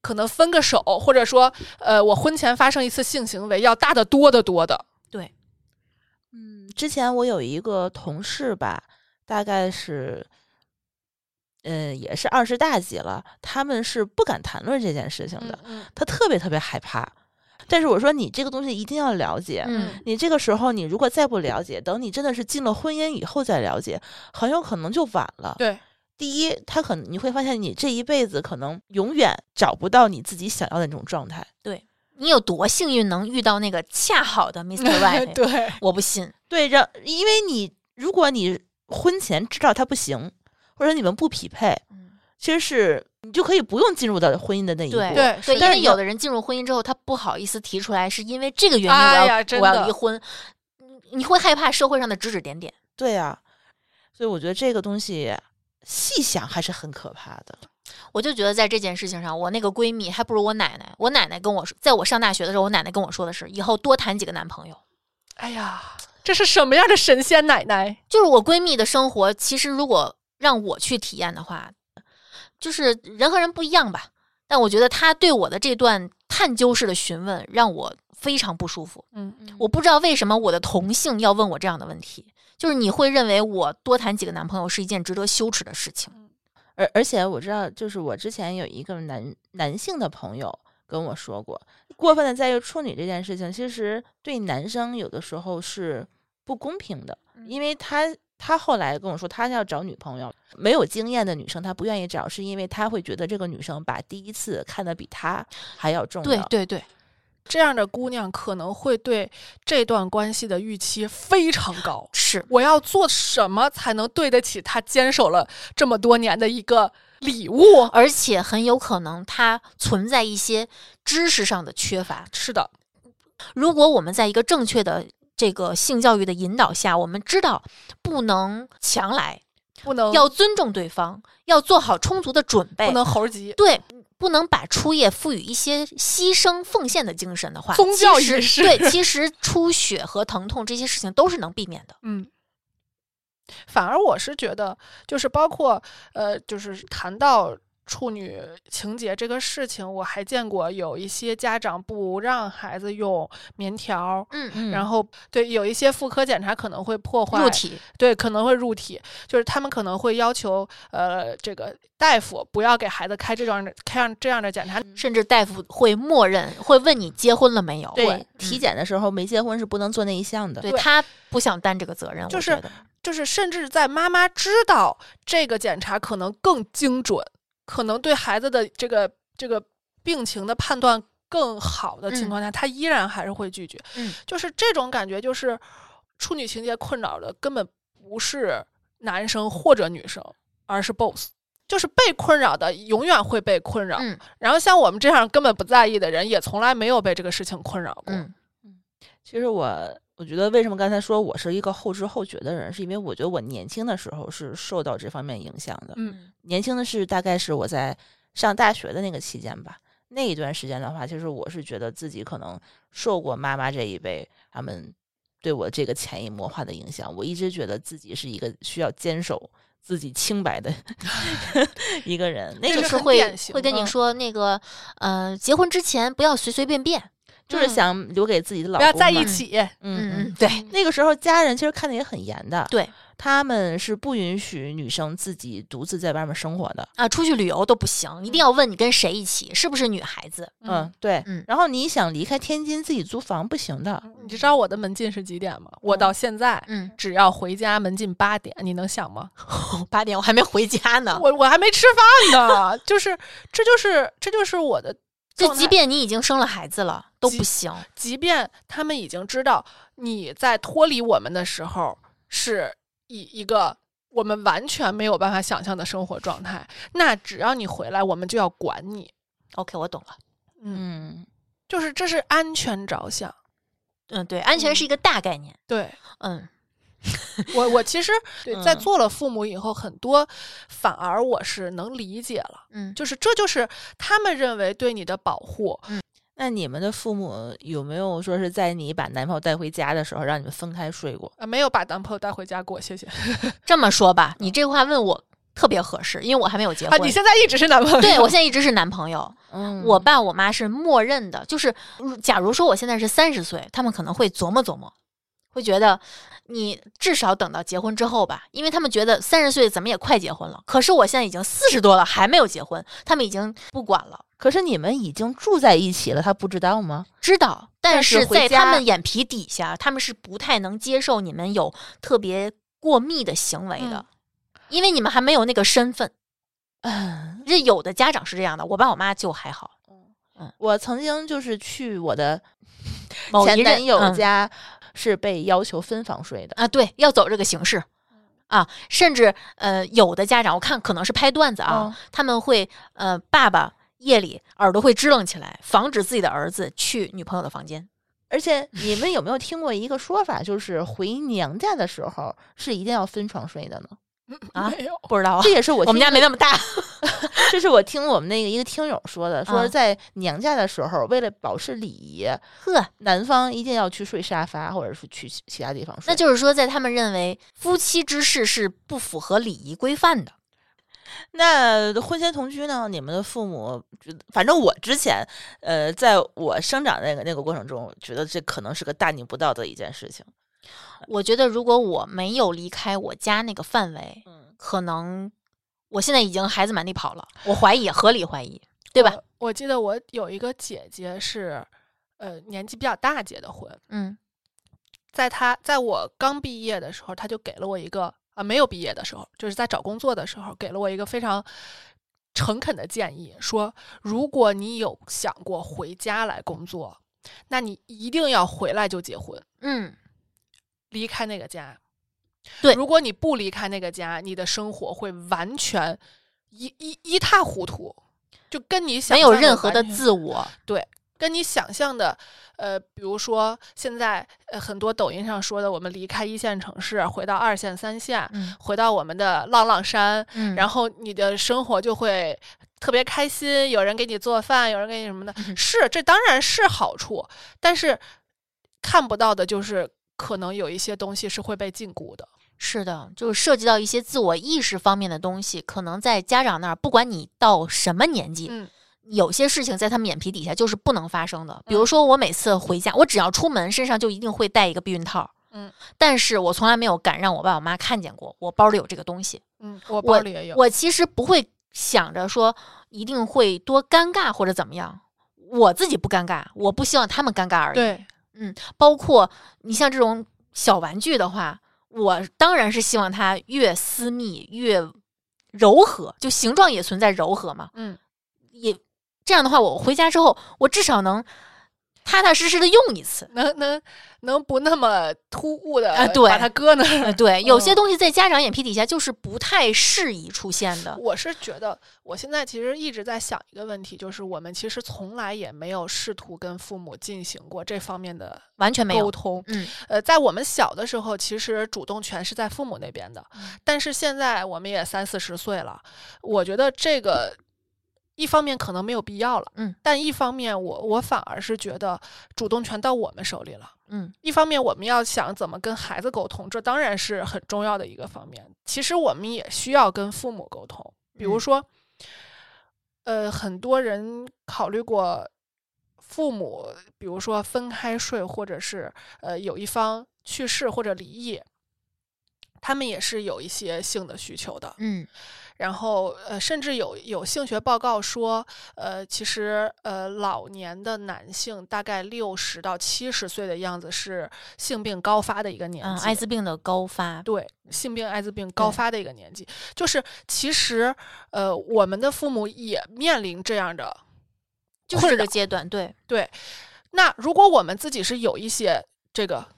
可能分个手，或者说，呃，我婚前发生一次性行为要大得多得多的。嗯，之前我有一个同事吧，大概是，嗯，也是二十大几了，他们是不敢谈论这件事情的，嗯他特别特别害怕。但是我说你这个东西一定要了解，嗯，你这个时候你如果再不了解，等你真的是进了婚姻以后再了解，很有可能就晚了。对，第一，他可能你会发现你这一辈子可能永远找不到你自己想要的那种状态。你有多幸运能遇到那个恰 好的 Mr. Right？嗯对，我不信。对，让因为你如果你婚前知道他不行，或者你们不匹配，嗯其实是你就可以不用进入到婚姻的那一步。对对是对，的因但为是有有的人进入婚姻之后，他不好意思提出来，是因为这个原因我哎要、呀真我要的离婚，嗯你会害怕社会上的指指点点。对啊，所以我觉得这个东西细想还是很可怕的。我就觉得在这件事情上，我那个闺蜜还不如我奶奶。我奶奶跟我说，在我上大学的时候，我奶奶跟我说的是，以后多谈几个男朋友。哎呀，这是什么样的神仙奶奶？就是我闺蜜的生活，其实如果让我去体验的话，就是人和人不一样吧。但我觉得她对我的这段探究式的询问，让我非常不舒服。嗯，我不知道为什么我的同性要问我这样的问题，就是你会认为我多谈几个男朋友是一件值得羞耻的事情。而而且我知道，就是我之前有一个男男性的朋友跟我说过，过分的在于处女这件事情，其实对男生有的时候是不公平的，因为他他后来跟我说，他要找女朋友，没有经验的女生他不愿意找，是因为他会觉得这个女生把第一次看得比他还要重要。对对对，这样的姑娘可能会对这段关系的预期非常高。是我要做什么才能对得起她坚守了这么多年的一个礼物？ 而且很有可能它存在一些知识上的缺乏。是的，如果我们在一个正确的这个性教育的引导下，我们知道不能强来，不能要尊重对方，要做好充足的准备，哦不能猴急，对，不能把初夜赋予一些牺牲奉献的精神的话，宗其教仪实式 对，其实出血和疼痛这些事情都是能避免的。嗯。反而我是觉得，就是包括呃，就是谈到处女情节这个事情，我还见过有一些家长不让孩子用棉条，嗯，嗯，然后对有一些妇科检查可能会破坏入体对，可能会入体，就是他们可能会要求呃，这个大夫不要给孩子开这种的开样这样的检查。嗯甚至大夫会默认会问你结婚了没有。对会体嗯检的时候没结婚是不能做那一项的。对对他不想担这个责任，就我是觉得就是甚至在妈妈知道这个检查可能更精准，可能对孩子的这个这个病情的判断更好的情况下，她依然还是会拒绝。嗯，就是这种感觉，就是处女情节困扰的根本不是男生或者女生，而是 both。就是被困扰的永远会被困扰，嗯然后像我们这样根本不在意的人，也从来没有被这个事情困扰过。嗯其实我我觉得为什么刚才说我是一个后知后觉的人，是因为我觉得我年轻的时候是受到这方面影响的。嗯年轻的是大概是我在上大学的那个期间吧。那一段时间的话，其实我是觉得自己可能受过妈妈这一辈他们对我这个潜移默化的影响。我一直觉得自己是一个需要坚守自己清白的 一个人。那这就个是是很会典型嗯会跟你的说那个呃，结婚之前不要随随便便。就是嗯想留给自己的老不公要嘛。在一嘛起，嗯嗯嗯，对那个时候家人其实看的也很严的，对他们是不允许女生自己独自在外面生活的。啊，出去旅游都不行，嗯一定要问你跟谁一起，是不是女孩子。嗯，对。嗯然后你想离开天津自己租房不行的，你知道我的门禁是几点吗？我到现在嗯，只要回家门禁八点，你能想吗？ 八点我还没回家呢。 我我还没吃饭呢，就是这就是这就是我的就状即态便你已经生了孩子了都即不行，即便他们已经知道你在脱离我们的时候是以一个我们完全没有办法想象的生活状态，那只要你回来，我们就要管你。 OK，我懂了。嗯，嗯，就是这是安全着想。嗯，对，安全是一个大概念。对嗯，我，我 其实对在嗯做了父母以后，很多反而我是能理解了，嗯，就是这就是他们认为对你的保护。那你们的父母有没有说是在你把男朋友带回家的时候让你们分开睡过？啊，没有把男朋友带回家过，谢谢。这么说吧，你这话问我特别合适，因为我还没有结啊，婚。你现在一直是男朋友？对我现在一直是男朋友，嗯我爸我妈是默认的，就是如假如说我现在是三十岁，他们可能会琢磨琢磨，会觉得你至少等到结婚之后吧，因为他们觉得三十岁怎么也快结婚了。可是我现在已经四十多了，还没有结婚，他们已经不管了。可是你们已经住在一起了，他不知道吗？ 知道，但但是是回在家他们眼皮底下，他们是不太能接受你们有特别过密的行为的，因为你们还没有那个身份。嗯，这有的家长是这样的，我爸我妈就还好。我曾经就是去我的某一前任男友嗯家，是被要求分房睡的。啊，对，要走这个形式嗯啊，甚至呃，有的家长我看可能是拍段子啊，嗯他们会呃，爸爸夜里耳朵会支棱起来，防止自己的儿子去女朋友的房间。而且你们有没有听过一个说法，就是回娘家的时候是一定要分床睡的呢？啊嗯没有。不知道啊这，也是我我们听家没那 么大。这是我听我们那个一个听友说的，说嗯在娘家的时候，为了保持礼仪，呵，男方一定要去睡沙发，或者是去其其他地方睡。那就是说，在他们认为夫妻之事是不符合礼仪规范的。那婚前同居呢？你们的父母觉得，反正我之前，呃，在我生长那个那个过程中，觉得这可能是个大逆不道的一件事情。我觉得，如果我没有离开我家那个范围，嗯，可能我现在已经孩子满地跑了。我怀疑，合理怀疑，对吧？我？我记得我有一个姐姐是，呃，年纪比较大结的婚，嗯在她在我刚毕业的时候，她就给了我一个啊，没有毕业的时候，就是在找工作的时候，给了我一个非常诚恳的建议，说如果你有想过回家来工作，那你一定要回来就结婚，嗯，离开那个家。对如果你不离开那个家，你的生活会完全一一一塌糊涂，就跟你想没有象任何的完全自我。跟你想象的，呃，比如说现在呃很多抖音上说的，我们离开一线城市，回到二线、三线，嗯回到我们的浪浪山，嗯然后你的生活就会特别开心，有人给你做饭，有人给你什么的，嗯是这当然是好处，但是看不到的就是可能有一些东西是会被禁锢的，是的，就是涉及到一些自我意识方面的东西，可能在家长那儿，不管你到什么年纪，嗯有些事情在他们眼皮底下就是不能发生的。比如说，我每次回家，我只要出门，身上就一定会带一个避孕套。嗯，但是我从来没有敢让我爸我妈看见过我包里有这个东西。嗯，我包我里也有，我其实不会想着说一定会多尴尬或者怎么样，我自己不尴尬，我不希望他们尴尬而已。对，包括你像这种小玩具的话，我当然是希望它越私密越柔和，就形状也存在柔和嘛。嗯，也这样的话，我回家之后，我至少能踏踏实实的用一次。能能能不那么突兀的啊对把它搁那儿。呃，对，有些嗯东西在家长眼皮底下就是不太适宜出现的。我是觉得，我现在其实一直在想一个问题，就是我们其实从来也没有试图跟父母进行过这方面的完全没沟有。通。嗯呃，在我们小的时候，其实主动权是在父母那边的，嗯但是现在我们也三四十岁了，我觉得这个。一方面可能没有必要了，嗯，但一方面我我反而是觉得主动权到我们手里了。嗯，一方面我们要想怎么跟孩子沟通，这当然是很重要的一个方面。其实我们也需要跟父母沟通，比如嗯说，呃，很多人考虑过父母，比如说分开睡，或者是呃有一方去世或者离异，他们也是有一些性的需求的。嗯然后呃，甚至有有性学报告说，呃，其实呃，老年的男性大概六十到七十岁的样子是性病高发的一个年嗯，纪，艾滋病的高发，对性病、艾滋病高对发的一个年纪，就是其实呃，我们的父母也面临这样的就是困这个扰阶段，对，对，那如果我们自己是有一些这个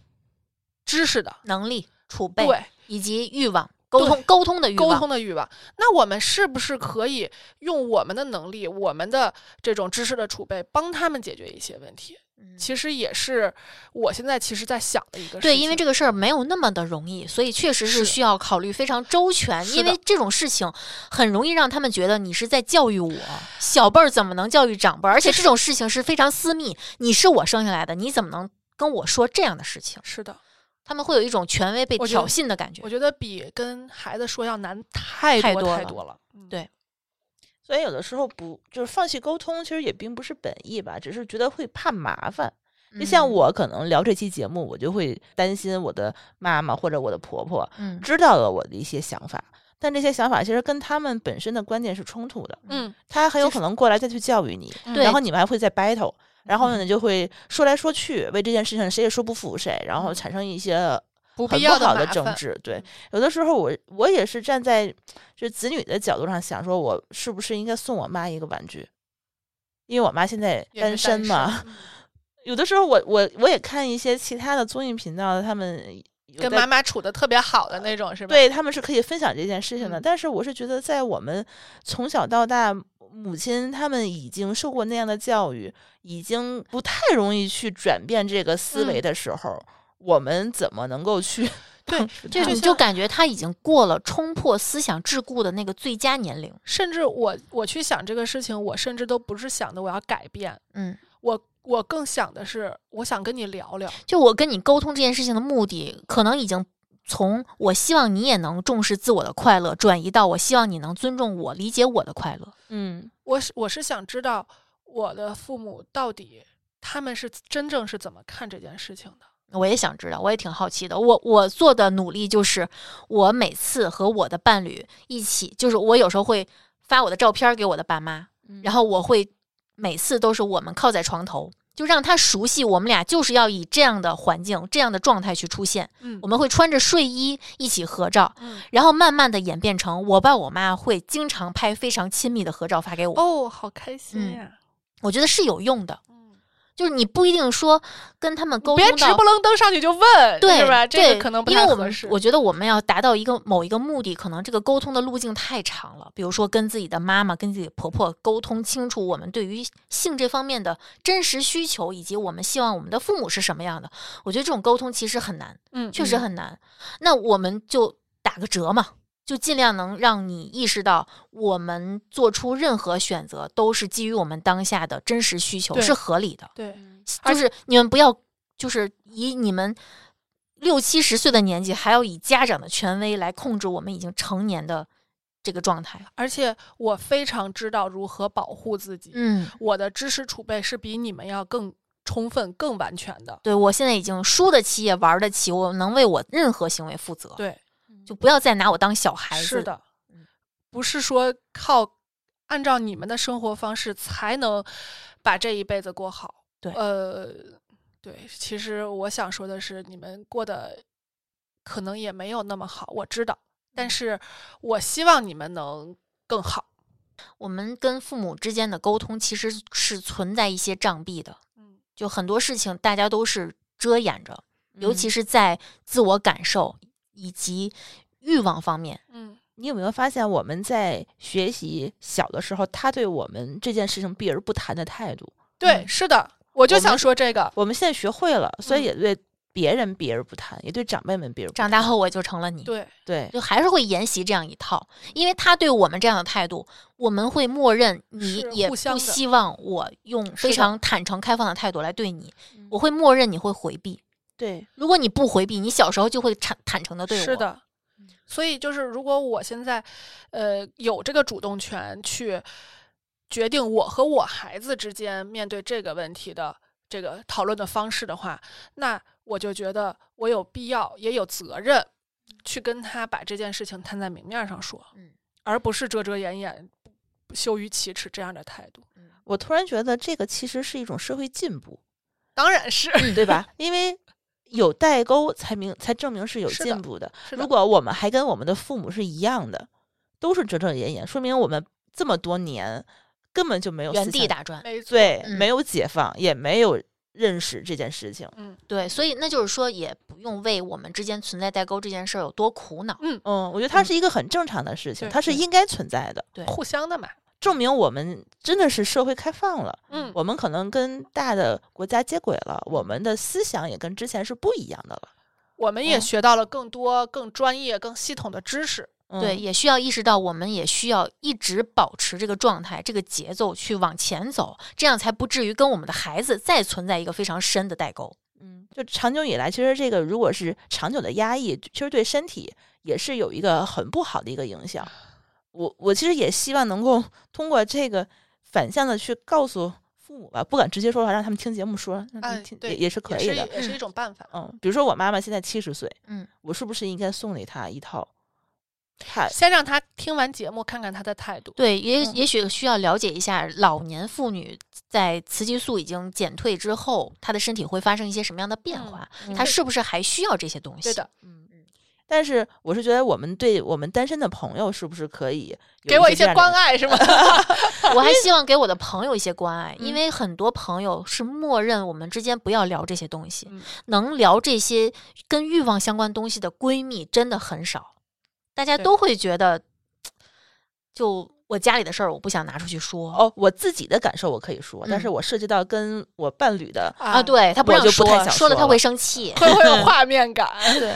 知识的，能力储备对以及欲望，沟对通沟通的欲沟望，通的欲望，那我们是不是可以用我们的能力、我们的这种知识的储备，帮他们解决一些问题？嗯其实也是我现在其实在想的一个事情。对，因为这个事儿没有那么的容易，所以确实是是的需要考虑非常周全，是因为的这种事情很容易让他们觉得你是在教育我，小辈儿怎么能教育长辈儿？而且这种事情是非常私密，你是我生下来的，你怎么能跟我说这样的事情？是的，他们会有一种权威被我觉得挑衅的感觉我。觉得比跟孩子说要难太太多多太了多了。嗯对所以有的时候不就是放弃沟通，其实也并不是本意吧，只是觉得会怕麻烦。就像嗯，我可能聊这期节目，我就会担心我的妈妈或者我的婆婆嗯知道了我的一些想法，但这些想法其实跟他们本身的观念是冲突的，嗯，她很有就是可能过来再去教育你，对然后你们还会再 battle，然后呢就会说来说去，为这件事情谁也说不服谁，然后产生一些不很必不要好麻的烦争。执。对嗯，有的时候我我也是站在就子女的角度上想，说我是不是应该送我妈一个玩具？因为我妈现在也是身嘛，嗯有的时候我我我也看一些其他的综艺频道，他们有 跟在妈妈处的特别好的那种是吧？，对他们是可以分享这件事情的，嗯但是我是觉得，在我们从小到大，母亲他们已经受过那样的教育，已经不太容易去转变这个思维嗯的时候，我们怎么能够去 对当时就他是们你就感觉他已经过了冲破思想桎梏的那个最佳年龄。甚至我我去想这个事情，我甚至都不是想的我要改变，嗯，我我更想的是我想跟你聊聊。就我跟你沟通这件事情的目的，可能已经从我希望你也能重视自我的快乐，转移到我希望你能尊重我、理解我的快乐。嗯我是我是想知道我的父母到底他们是真正是怎么看这件事情的。我也想知道，我也挺好奇的。我我做的努力就是，我每次和我的伴侣一起，就是我有时候会发我的照片给我的爸妈，然后我会每次都是我们靠在床头，就让他熟悉我们俩就是要以这样的环境、这样的状态去出现。嗯我们会穿着睡衣一起合照，嗯然后慢慢的演变成我爸我妈会经常拍非常亲密的合照发给我，哦，好开嗯心呀！我觉得是有用的。嗯，就是你不一定说跟他们沟别通直到不楞登上去就问，对是吧？这对个可能不因为太我合们适。我觉得我们要达到一个某一个目的，可能这个沟通的路径太长了。比如说跟自己的妈妈、跟自己的婆婆沟通清楚我们对于性这方面的真实需求，以及我们希望我们的父母是什么样的。我觉得这种沟通其实很难，嗯，确实嗯很难。那我们就打个折嘛。就尽量能让你意识到，我们做出任何选择都是基于我们当下的真实需求，对是合理的。对，而就是你们不要，就是以你们六七十岁的年纪，还要以家长的权威来控制我们已经成年的这个状态。而且我非常知道如何保护自己。嗯，我的知识储备是比你们要更充分、更完全的。对我现在已经输得起也玩得起，我能为我任何行为负责。，对，就不要再拿我当小孩子。是，的嗯，不是说靠按照你们的生活方式才能把这一辈子过好。对呃，对，其实我想说的是，你们过得可能也没有那么好，我知道，但是我希望你们能更好。我们跟父母之间的沟通其实是存在一些障壁的，嗯，就很多事情大家都是遮掩着，尤其是、嗯是在自我感受以及欲望方面。嗯，你有没有发现我们在学习小的时候，他对我们这件事情避而不谈的态度，对，是的，我就我们想说这个。我们现在学会了，所以嗯也对别人避而不谈，也对长辈们避而不长谈。大后我就成了你。对，对，就还是会沿袭这样一套，因为他对我们这样的态度，我们会默认你是也互相不的希望我用非的嗯常坦诚开放的态度来对你，我会默认你会回避。对，如果你不回避，你小时候就会坦坦诚的对我。是，的，所以就是如果我现在，呃，有这个主动权去决定我和我孩子之间面对这个问题的这个讨论的方式的话，那我就觉得我有必要也有责任去跟他把这件事情摊在明面上说，嗯而不是遮遮掩掩、不羞于启齿这样的态度。我突然觉得这个其实是一种社会进步，当然是，对吧？因为有代沟才明才证明是有是的进步的。是的如果我们还跟我们的父母是一样的，都是遮遮掩掩，说明我们这么多年根本就没有原思地想打转。没错，对，嗯没有解放，也没有认识这件事情。嗯对，所以那就是说，也不用为我们之间存在代沟这件事儿有多苦恼。嗯，我觉得它是一个很正常的事情，对它是对应该存在的，对互相的嘛，证明我们真的是社会开放了，嗯，我们可能跟大的国家接轨了，我们的思想也跟之前是不一样的了。我们也嗯学到了更多、更专业、更系统的知识。嗯、对，，也需要意识到，我们也需要一直保持这个状态、这个节奏去往前走，这样才不至于跟我们的孩子再存在一个非常深的代沟。嗯，就长久以来，其实这个如果是长久的压抑，其实对身体也是有一个很不好的一个影响。我我其实也希望能够通过这个反向的去告诉父母吧，不敢直接说的话，让他们听节目说，让他哎们听、，对，也也是可以也的。是也是一种办法。嗯，比如说我妈妈现在七十岁，嗯，我是不是应该送给她一 套？太呃先让他听完节目，看看他的态度。对，也嗯也许需要了解一下老年妇女在雌激素已经减退之后，她的身体会发生一些什么样的变嗯化，嗯她是不是还需要这些东西？对的，嗯嗯。但是我是觉得，我们对我们单身的朋友是不是可以有给我一一些些关爱是吗？我还 希望给我的朋友一些关爱，嗯因为很多朋友是默认我们之间不要聊这些东 西，嗯能聊这些跟欲望相关东西的闺蜜真的很少，大家对都会觉得，就我家里的事儿我不想拿出去说、哦，我自己的感受我可以说，但是嗯我涉及到跟我伴侣的，啊，，对他不我让就不说，太想说了说他了会生气。 会会有画面感。对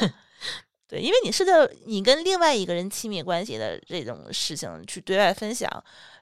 对，因为你涉及到你跟另外一个人亲密关系的这种事情去对外分享，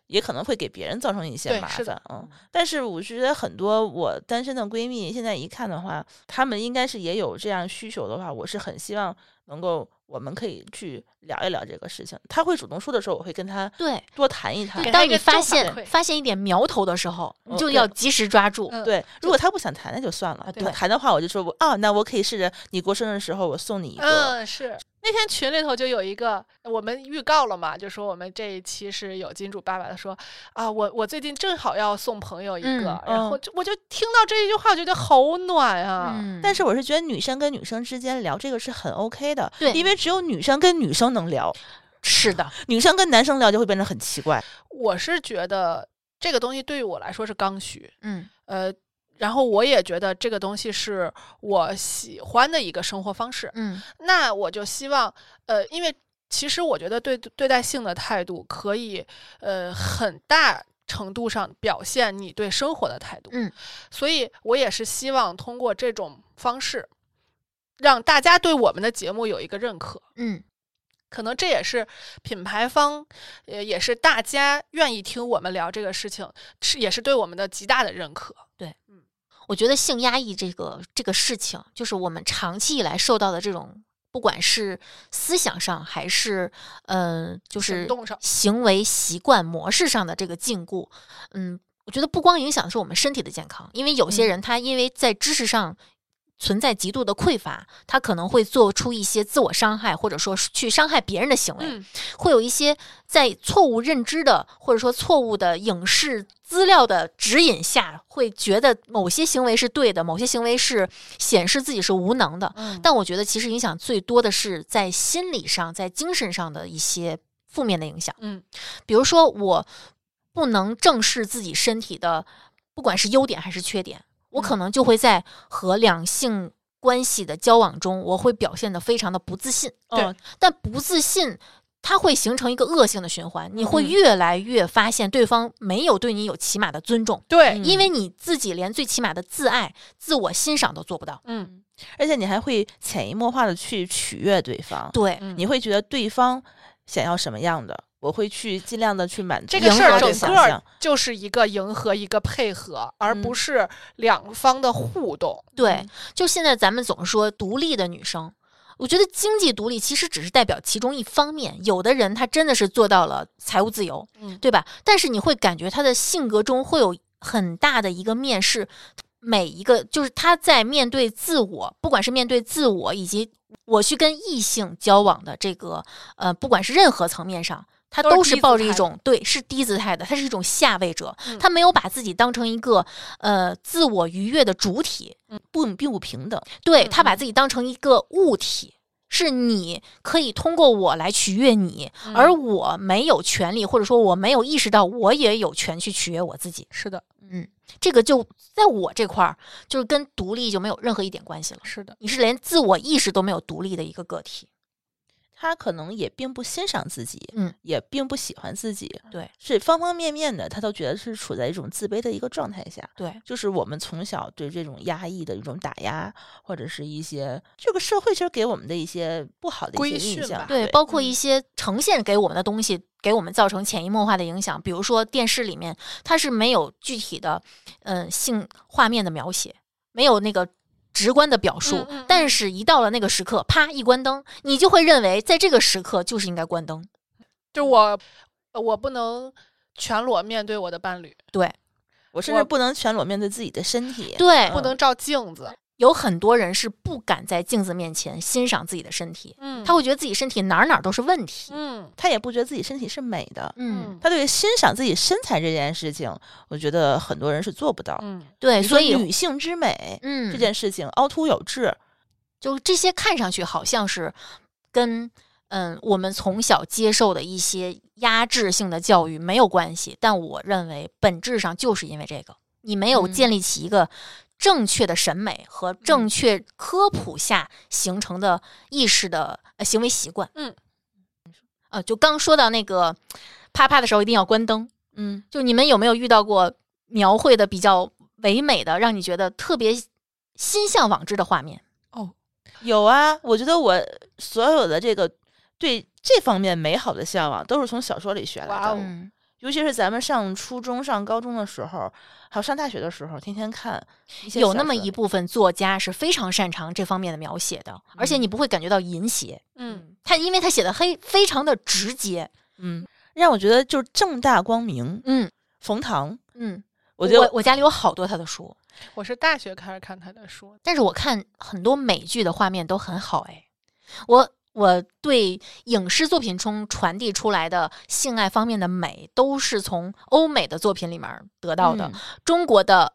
也可能会给别人造成一些对麻是的烦。嗯，但是我觉得很多我单身的闺蜜现在一看的话，她们应该是也有这样需求的话，我是很希望能够我们可以去聊一聊这个事情。她会主动说的时候，我会跟她对，多谈嗯一谈给。他当一个你发正反现馈发现一点苗头的时候，你嗯就对要及时抓住。 嗯对，如果她不想谈，那就算啊了。对她谈的话，我就说我啊，那我可以试着你过生日的时候，我送你一个。嗯，是那天群里头就有一个，我们预告了嘛，就说我们这一期是有金主爸爸的说啊，我我最近正好要送朋友一个，嗯然后就我就听到这一句话，我觉得好暖啊。嗯但是我是觉得女生跟女生之间聊这个是很 OK 的，对因为只有女生跟女生能聊，是的，女生跟男生聊就会变得很奇怪。我是觉得这个东西对于我来说是刚需，嗯呃，然后我也觉得这个东西是我喜欢的一个生活方式，嗯那我就希望，呃，因为其实我觉得对对待性的态度可以，呃，很大程度上表现你对生活的态度。嗯，所以我也是希望通过这种方式，让大家对我们的节目有一个认可。嗯，可能这也是品牌方，呃，也是大家愿意听我们聊这个事情，是也是对我们的极大的认可。我觉得性压抑这个这个事情，就是我们长期以来受到的这种，不管是思想上还是嗯、呃就是行动上行为习惯模式上的这个禁锢，嗯，我觉得不光影响的是我们身体的健康，因为有嗯些人他因为在知识上。存在极度的匮乏，他可能会做出一些自我伤害，或者说是去伤害别人的行为。嗯，会有一些在错误认知的或者说错误的影视资料的指引下，会觉得某些行为是对的，某些行为是显示自己是无能的。嗯但我觉得其实影响最多的是在心理上、在精神上的一些负面的影响。嗯，比如说我不能正视自己身体的，不管是优点还是缺点，我可能就会在和两性关系的交往中，我会表现得非常的不自信。对嗯，但不自信，它会形成一个恶性的循环，你会嗯越来越发现对方没有对你有起码的尊重，对，嗯因为你自己连最起码的自爱、自我欣赏都做不到。嗯而且你还会潜移默化的去取悦对方，对，嗯你会觉得对方想要什么样的，我会去尽量的去满足这个迎事合儿他的整想个儿象。就是一个迎合，一个配合，而嗯不是两方的互动。对，就现在咱们总说独立的女生，我觉得经济独立其实只是代表其中一方面。有的人她真的是做到了财务自由，嗯对吧？但是你会感觉她的性格中会有很大的一个面试，每一个就是她在面对自我，不管是面对自我以及我去跟异性交往的这个呃，不管是任何层面上。她都是都是低抱姿着一态的种对是低姿态的，她是一种下位者，嗯她没有把自己当成一个呃自我愉悦的主体，不并不平等，对嗯他把自己当成一个物体，是你可以通过我来取悦你，而嗯我没有权利，或者说我没有意识到我也有权去取悦我自己。是的，这个就在我这块儿，就是跟独立就没有任何一点关系了。是的，你是连自我意识都没有独立的一个个体。他可能也并不欣赏自己，嗯，也并不喜欢自己，对是方方面面的，他都觉得是处在一种自卑的一个状态下。对，就是我们从小对这种压抑的一种打压，或者是一些这个社会其实给我们的一些不好的一规些印训象吧，对，包括一些呈现给我们的东西，给我们造成潜移默化的影响。比如说电视里面，它是没有具体的，嗯、性画面的描写，没有那个直观的表述，嗯嗯但嗯是一到了那个时刻，啪一关灯，你就会认为在这个时刻就是应该关灯。就我呃我不能全裸面对我的伴侣，对我甚至不能全裸面对自己的身体，对，不能照镜子，有很多人是不敢在镜子面前欣赏自己的身体，嗯他会觉得自己身体哪儿哪儿都是问题。嗯他也不觉得自己身体是美的。嗯，他对于欣赏自己身材这件事情，我觉得很多人是做不到。嗯，对，你说所以女性之美、嗯，这件事情凹凸有致，就这些看上去好像是跟嗯我们从小接受的一些压制性的教育没有关系，但我认为本质上就是因为这个，你没有嗯建立起一个正确的审美和正确科普下形成的意识的、呃、行为习惯。嗯，呃，就刚说到那个啪啪的时候一定要关灯，嗯，就你们有没有遇到过描绘的比较唯美的，让你觉得特别心向往之的画面？有啊，我觉得我所有的这个对这方面美好的向往，都是从小说里学来哇的。哦嗯。尤其是咱们上初中、上高中的时候，还有上大学的时候，天天看一些有小那么说一部分作家是非常擅长这方面的描写的，而且你嗯不会感觉到淫邪。嗯，他因为他写的黑非常的直接，嗯，让我觉得就是正大光明。嗯冯唐，嗯，我觉得我家里有好多他的书，我是大学开始看他的书，但是我看很多美剧的画面都很好哎，我我对影视作品中传递出来的性爱方面的美，都是从欧美的作品里面得到的，嗯中国的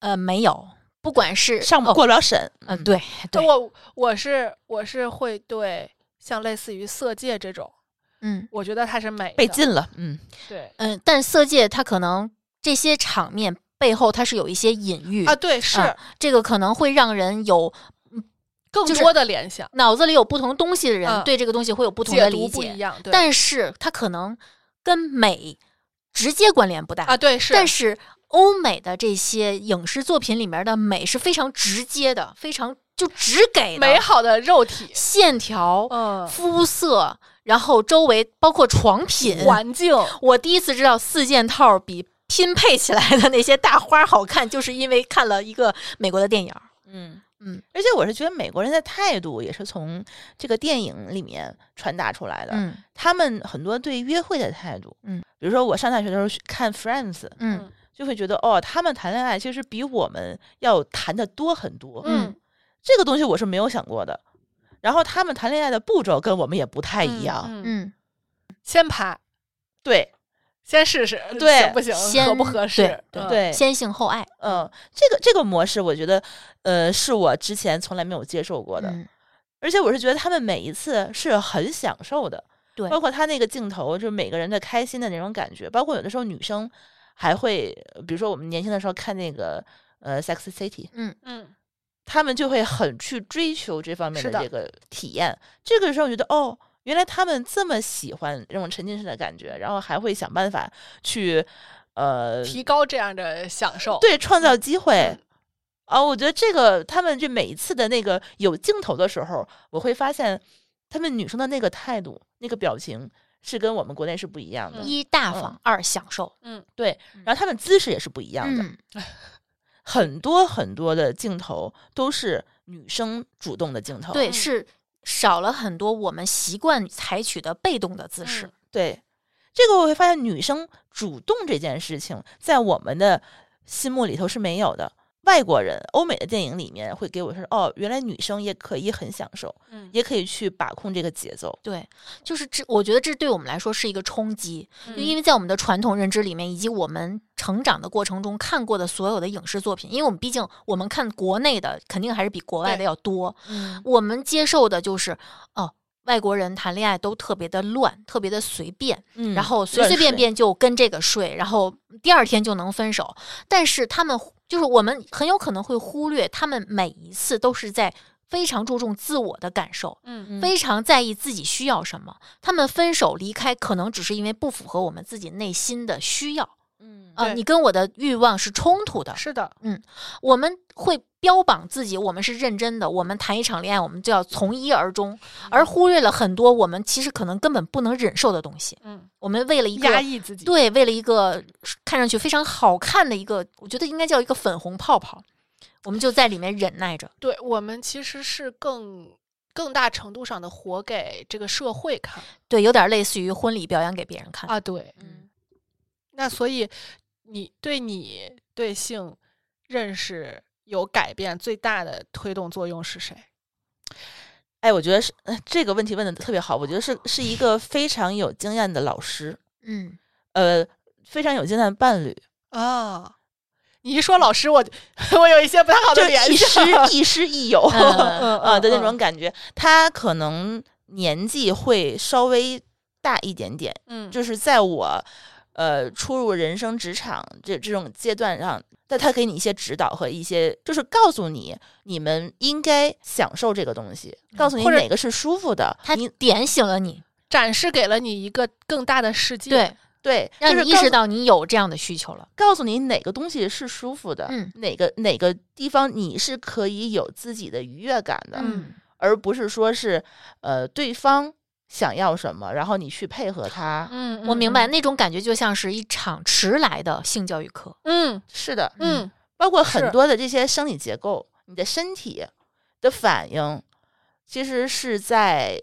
呃没有，不管是上哦过不了审。嗯、对对，我我是我是会对像类似于《色戒》这种，嗯。我觉得它是美被的，禁了。嗯，对嗯，但是色戒它可能这些场面背后它是有一些隐喻啊，对是啊这个可能会让人有更就是多的联想，脑子里有不同东西的人、嗯对这个东西会有不同解的读理不一解，样，对但是它可能跟美直接关联不大。啊对是，但是欧美的这些影视作品里面的美是非常直接的，非常就只给的美好的肉体，线条、嗯，肤色，然后周围包括床品嗯环境，我第一次知道四件套比拼配起来的那些大花好看，就是因为看了一个美国的电影。嗯嗯，而且我是觉得美国人的态度也是从这个电影里面传达出来的。嗯他们很多对约会的态度，嗯，比如说我上大学的时候去看 Friends，嗯，就会觉得哦，他们谈恋爱其实比我们要谈的多很多。嗯这个东西我是没有想过的。然后他们谈恋爱的步骤跟我们也不太一样，嗯，嗯嗯，先爬，对，先试试，对行不行，先合不合适对，对嗯对先性后爱嗯，这个这个模式，我觉得，呃，是我之前从来没有接受过的，嗯而且我是觉得他们每一次是很享受的，对包括他那个镜头，就是每个人的开心的那种感觉，包括有的时候女生还会，比如说我们年轻的时候看那个呃《Sex City》，嗯，他们就会很去追求这方面是的的这个体验，这个时候我觉得哦。原来他们这么喜欢这种沉浸式的感觉，然后还会想办法去，呃，提高这样的享受，，对，创嗯造机会。啊，我觉得这个他们这每一次的那个有镜头的时候，我会发现他们女生的那个态度、那个表情是跟我们国内是不一样的。嗯一大方，二享受。对，然后他们姿势也是不一样的。嗯，很多很多的镜头都是女生主动的镜头。对，嗯是少了很多我们习惯采取的被动的姿势嗯。对，这个我会发现女生主动这件事情在我们的心目里头是没有的。外国人、欧美的电影里面会给我说，哦，原来女生也可以很享受，嗯，也可以去把控这个节奏。对，就是这，我觉得这对我们来说是一个冲击，就因为为在我们的传统认知里面，以及我们成长的过程中看过的所有的影视作品，因为我们毕竟我们看国内的肯定还是比国外的对要多，嗯，我们接受的就是哦，外国人谈恋爱都特别的乱，特别的随便，然后嗯随随便嗯乱睡便就跟这个睡，然后第二天就能分手。但是他们忽就是我们很有可能会忽略，他们每一次都是在非常注重自我的感受，嗯嗯非常在意自己需要什么。他们分手离开，可能只是因为不符合我们自己内心的需要嗯啊、对你跟我的欲望是冲突的。嗯是的，我们会标榜自己，我们是认真的，我们谈一场恋爱，我们就要从一而终，嗯而忽略了很多我们其实可能根本不能忍受的东西。嗯，我们为了一个压抑自己，对，为了一个看上去非常好看的一个，我觉得应该叫一个粉红泡泡，我们就在里面忍耐着。对我们其实是更更大程度上的活给这个社会看对，有点类似于婚礼表演给别人看。啊，对，嗯，那所以你对你对性认识有改变，最大的推动作用是谁？哎，我觉得是呃这个问题问的特别好，我觉得是是一个非常有经验的老师，嗯，呃，非常有经验的伴侣，啊，你一说老师，我 我有一些不太好就的联亦师想。 亦师亦友 嗯啊的那种感觉。他可能年纪会稍微大一点点，嗯，就是在我呃初入人生职场这这种阶段上，但他给你一些指导和一些，就是告诉你你们应该享受这个东西，嗯告诉你或者哪个是舒服的，他你点醒了你，展示给了你一个更大的世界。对，对，让就是你意告识诉到你有这样的需求了。告诉你哪个东西是舒服的，嗯哪个哪个地方你是可以有自己的愉悦感的，嗯而不是说是呃对方想要什么，然后你去配合他。嗯，嗯，我明白那种感觉，就像是一场迟来的性教育课。嗯。是的，嗯嗯，包括很是多的这些生理结构，你的身体的反应，其实是在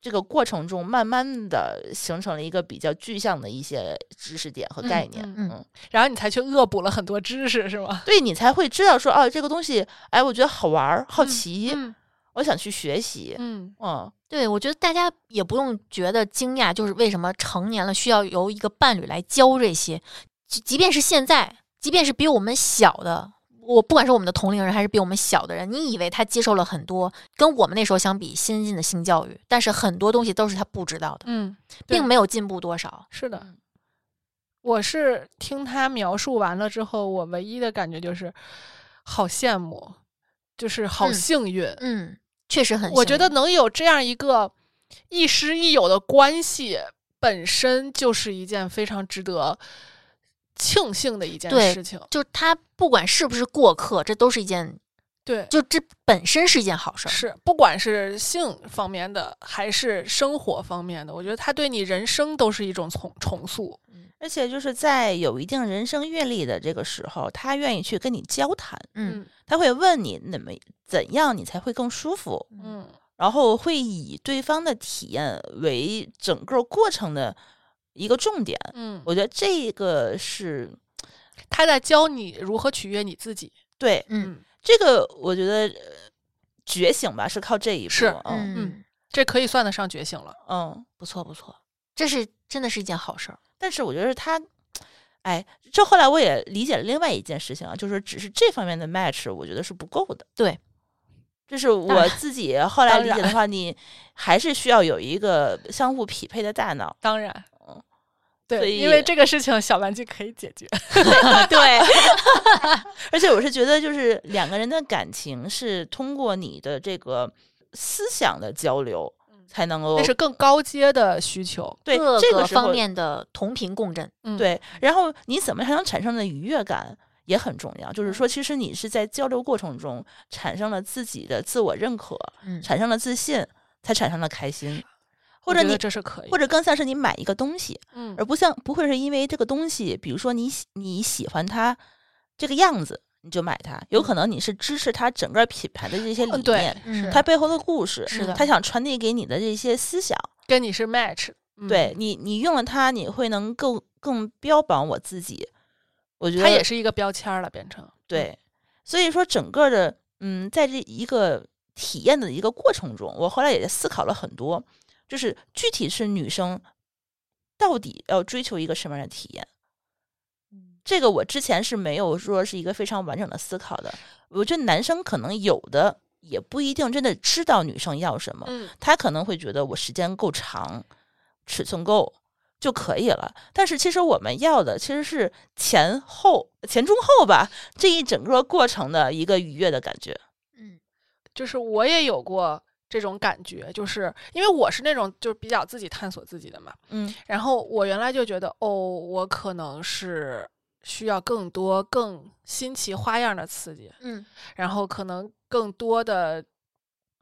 这个过程中慢慢的形成了一个比较具象的一些知识点和嗯概念。嗯嗯然后你才去恶补了很多知识，是吗？对你才会知道说，哦，这个东西，哎，我觉得好玩儿、好嗯奇，嗯我想去学习。嗯嗯，对，我觉得大家也不用觉得惊讶，就是为什么成年了需要由一个伴侣来教这些，即即便是现在，即便是比我们小的，我不管是我们的同龄人还是比我们小的人，你以为他接受了很多跟我们那时候相比先进的性教育，但是很多东西都是他不知道的，嗯，对并没有进步多少。是的嗯。我是听他描述完了之后，我唯一的感觉就是好羡慕，就是好嗯幸运。嗯，确实很幸运，我觉得能有这样一个亦师亦友的关系，本身就是一件非常值得庆幸的一件对事情。就他不管是不是过客，这都是一件，对，就这本身是一件好事儿。是不管是性方面的，还是生活方面的，我觉得他对你人生都是一种重重塑。而且就是在有一定人生阅历的这个时候，他愿意去跟你交谈，嗯他会问你怎么怎样你才会更舒服。嗯然后会以对方的体验为整个过程的一个重点。嗯，我觉得这个是他在教你如何取悦你自己。对嗯这个，我觉得呃觉醒吧是靠这一步。是嗯嗯，这可以算得上觉醒了，嗯，不错不错，这是真的是一件好事儿。但是我觉得他，哎，这后来我也理解了另外一件事情啊，就是只是这方面的 match，我觉得是不够的。对，这是我然自己后来当理解的然话，你还是需要有一个相互匹配的大脑。当然嗯。所对，以因为这个事情小玩具可以解决。对，而且我是觉得，就是两个人的感情是通过你的这个思想的交流才能够那是更高阶的需求。对各这个个时候方面的同频共振。嗯，对，然后你怎么才能产生的愉悦感也很重要。就是嗯说，其实你是在交流过程中产生了自己的自我认可，嗯产生了自信，才产生了开心，或我者觉你得。这是可以，或者更像是你买一个东西，嗯而不像不会是因为这个东西，比如说你喜你喜欢它这个样子，你就买它。有可能你是支持它整个品牌的这些理嗯对念，，嗯是它背后的故事，是的它想传递给你的这些思想。跟你是 match，嗯对，你，你用了它，你会能够更标榜我自己。我觉得它也是一个标签儿了，变成嗯对，所以说，整个的嗯，在这一个体验的一个过程中，我后来也思考了很多，就是具体是女生到底要追求一个什么样的体验。这个我之前是没有说是一个非常完整的思考的。我觉得男生可能有的也不一定真的知道女生要什么，嗯，他可能会觉得我时间够长，尺寸够就可以了。但是其实我们要的其实是前后前中后吧这一整个过程的一个愉悦的感觉。嗯就是我也有过这种感觉，就是因为我是那种就是比较自己探索自己的嘛，嗯然后我原来就觉得，哦，我可能是需要更多、更新奇花样的刺激，嗯然后可能更多的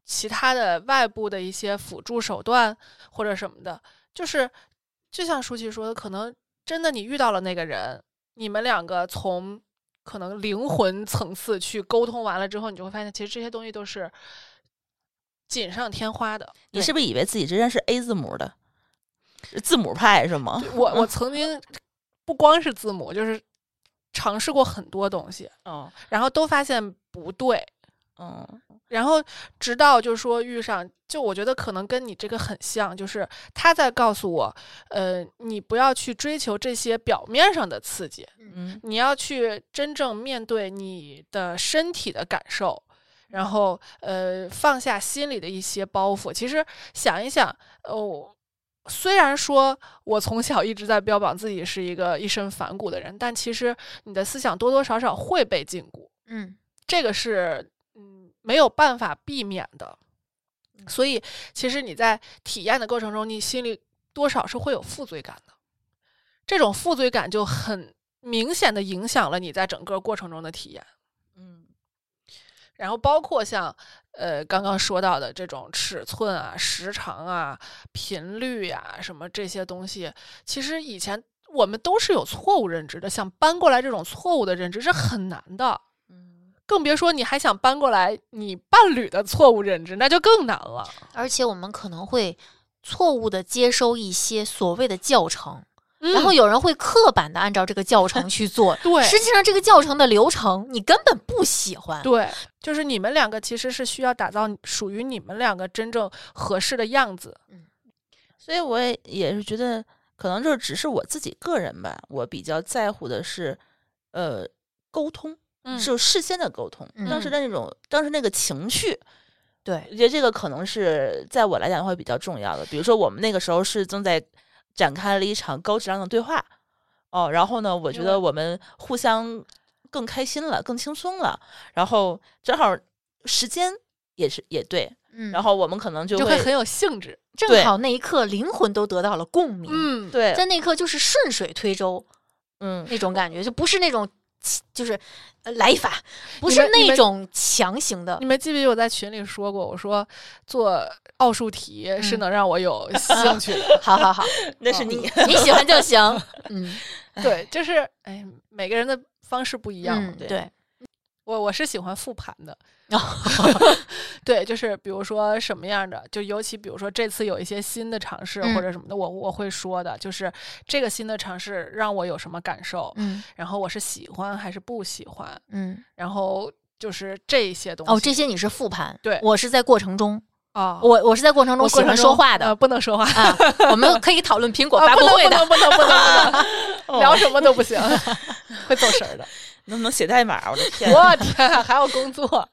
其他的外部的一些辅助手段或者什么的，就是就像舒淇说的，可能真的你遇到了那个人，你们两个从可能灵魂层次去沟通完了之后，你就会发现，其实这些东西都是锦上添花的。你对是不是以为自己之前是 A 字母的字母派是吗？我我曾经不光是字母，就是尝试过很多东西，哦，然后都发现不对，嗯然后直到就是说遇上，就我觉得可能跟你这个很像，就是他在告诉我，呃，你不要去追求这些表面上的刺激，嗯你要去真正面对你的身体的感受，然后呃放下心里的一些包袱。其实想一想，哦，虽然说我从小一直在标榜自己是一个一身反骨的人，但其实你的思想多多少少会被禁锢。嗯这个是嗯没有办法避免的。所以，其实你在体验的过程中，你心里多少是会有负罪感的。这种负罪感就很明显的影响了你在整个过程中的体验。嗯然后包括像呃刚刚说到的这种尺寸啊、时长啊、频率呀、什么这些东西，其实以前我们都是有错误认知的，想搬过来这种错误的认知是很难的。嗯，更别说你还想搬过来你伴侣的错误认知，那就更难了。而且我们可能会错误的接收一些所谓的教程，然后嗯，有人会刻板的按照这个教程去做 对实际上这个教程的流程你根本不喜欢。对，就是你们两个其实是需要打造属于你们两个真正合适的样子。所以我也也是觉得，可能就是只是我自己个人吧，我比较在乎的是，呃，沟通。嗯是有事先的沟通。当时嗯的那种，当时那个情绪，对，我觉得这个可能是在我来讲会比较重要的。比如说，我们那个时候是正在展开了一场高质量的对话，哦，然后呢，我觉明得嗯白我们互相更开心了，更轻松了，然后正好时间也是也对，嗯，然后我们可能就就会会很有兴致。正好那一刻灵魂都得到了共鸣，嗯，对，在那一刻就是顺水推舟嗯，那种感觉，就不是那种起就是呃来一发，不你是们你那们种强行的你。们记不记得我在群里说过，我说做奥数题是嗯能让我 有兴趣的。好好好，那 是你，你喜欢就 行。嗯，对，就是哎，每个人的方式不一样嘛。嗯对对，我我是喜欢复盘的哦， 对，就是比如说什么样的，就尤其比如说这次有一些新的尝试嗯或者什么的，我我会说的，就是这个新的尝试让我有什么感受，嗯然后我是喜欢还是不喜欢，嗯，然后就是这些东西。哦，这些你是复盘，对我是在过程中，啊，我我是在过程中我喜欢说话的呃不能说话，啊。我们可以讨论苹果啊发不布能会不的，能不能不能不 能，哦聊什么都不 行，会走神儿的。能不能写代码？啊 我的天，我天啊，还要工作，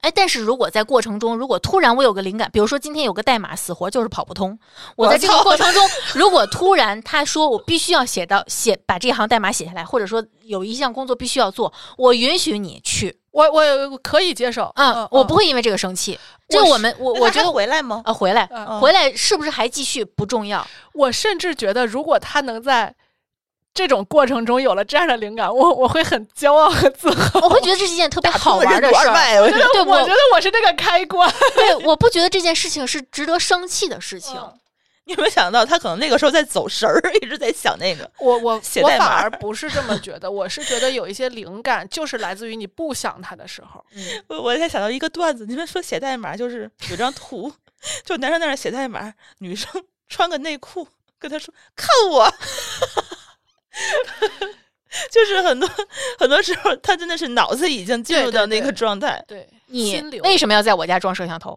哎，但是如果在过程中，如果突然我有个灵感，比如说今天有个代码死活就是跑不通，我我在这个操过程中，如果突然他说我必须要写到写把这行代码写下来，或者说有一项工作必须要做，我允许你去，我我我可以接受，嗯，我不会因为这个生气。这哦我我们我那我他觉还得回来吗？啊，回来嗯回来是不是还继续不重要，我甚至觉得，如果他能在这种过程中有了这样的灵感，我我会很骄傲和自豪。我会觉得这是一件特别打哎好通了玩的任督事二儿。脉，我觉觉得得对我我觉得我是这个开关，对，我不觉得这件事情是值得生气的事情。你有没有想到，他可能那个时候在走神儿，一直在想那个。 我我写我代码反而不是这么觉得，我是觉得有一些灵感就是来自于你不想它的时候。嗯，我我才想到一个段子，你们说写代码就是有张图， 就男生在那儿写代码，女生 穿个内裤跟他说：“看我。” 就是很多很多时候，他真的是脑子已经进入对到对那个对状态。对，你心流为什么要在我家装摄像头？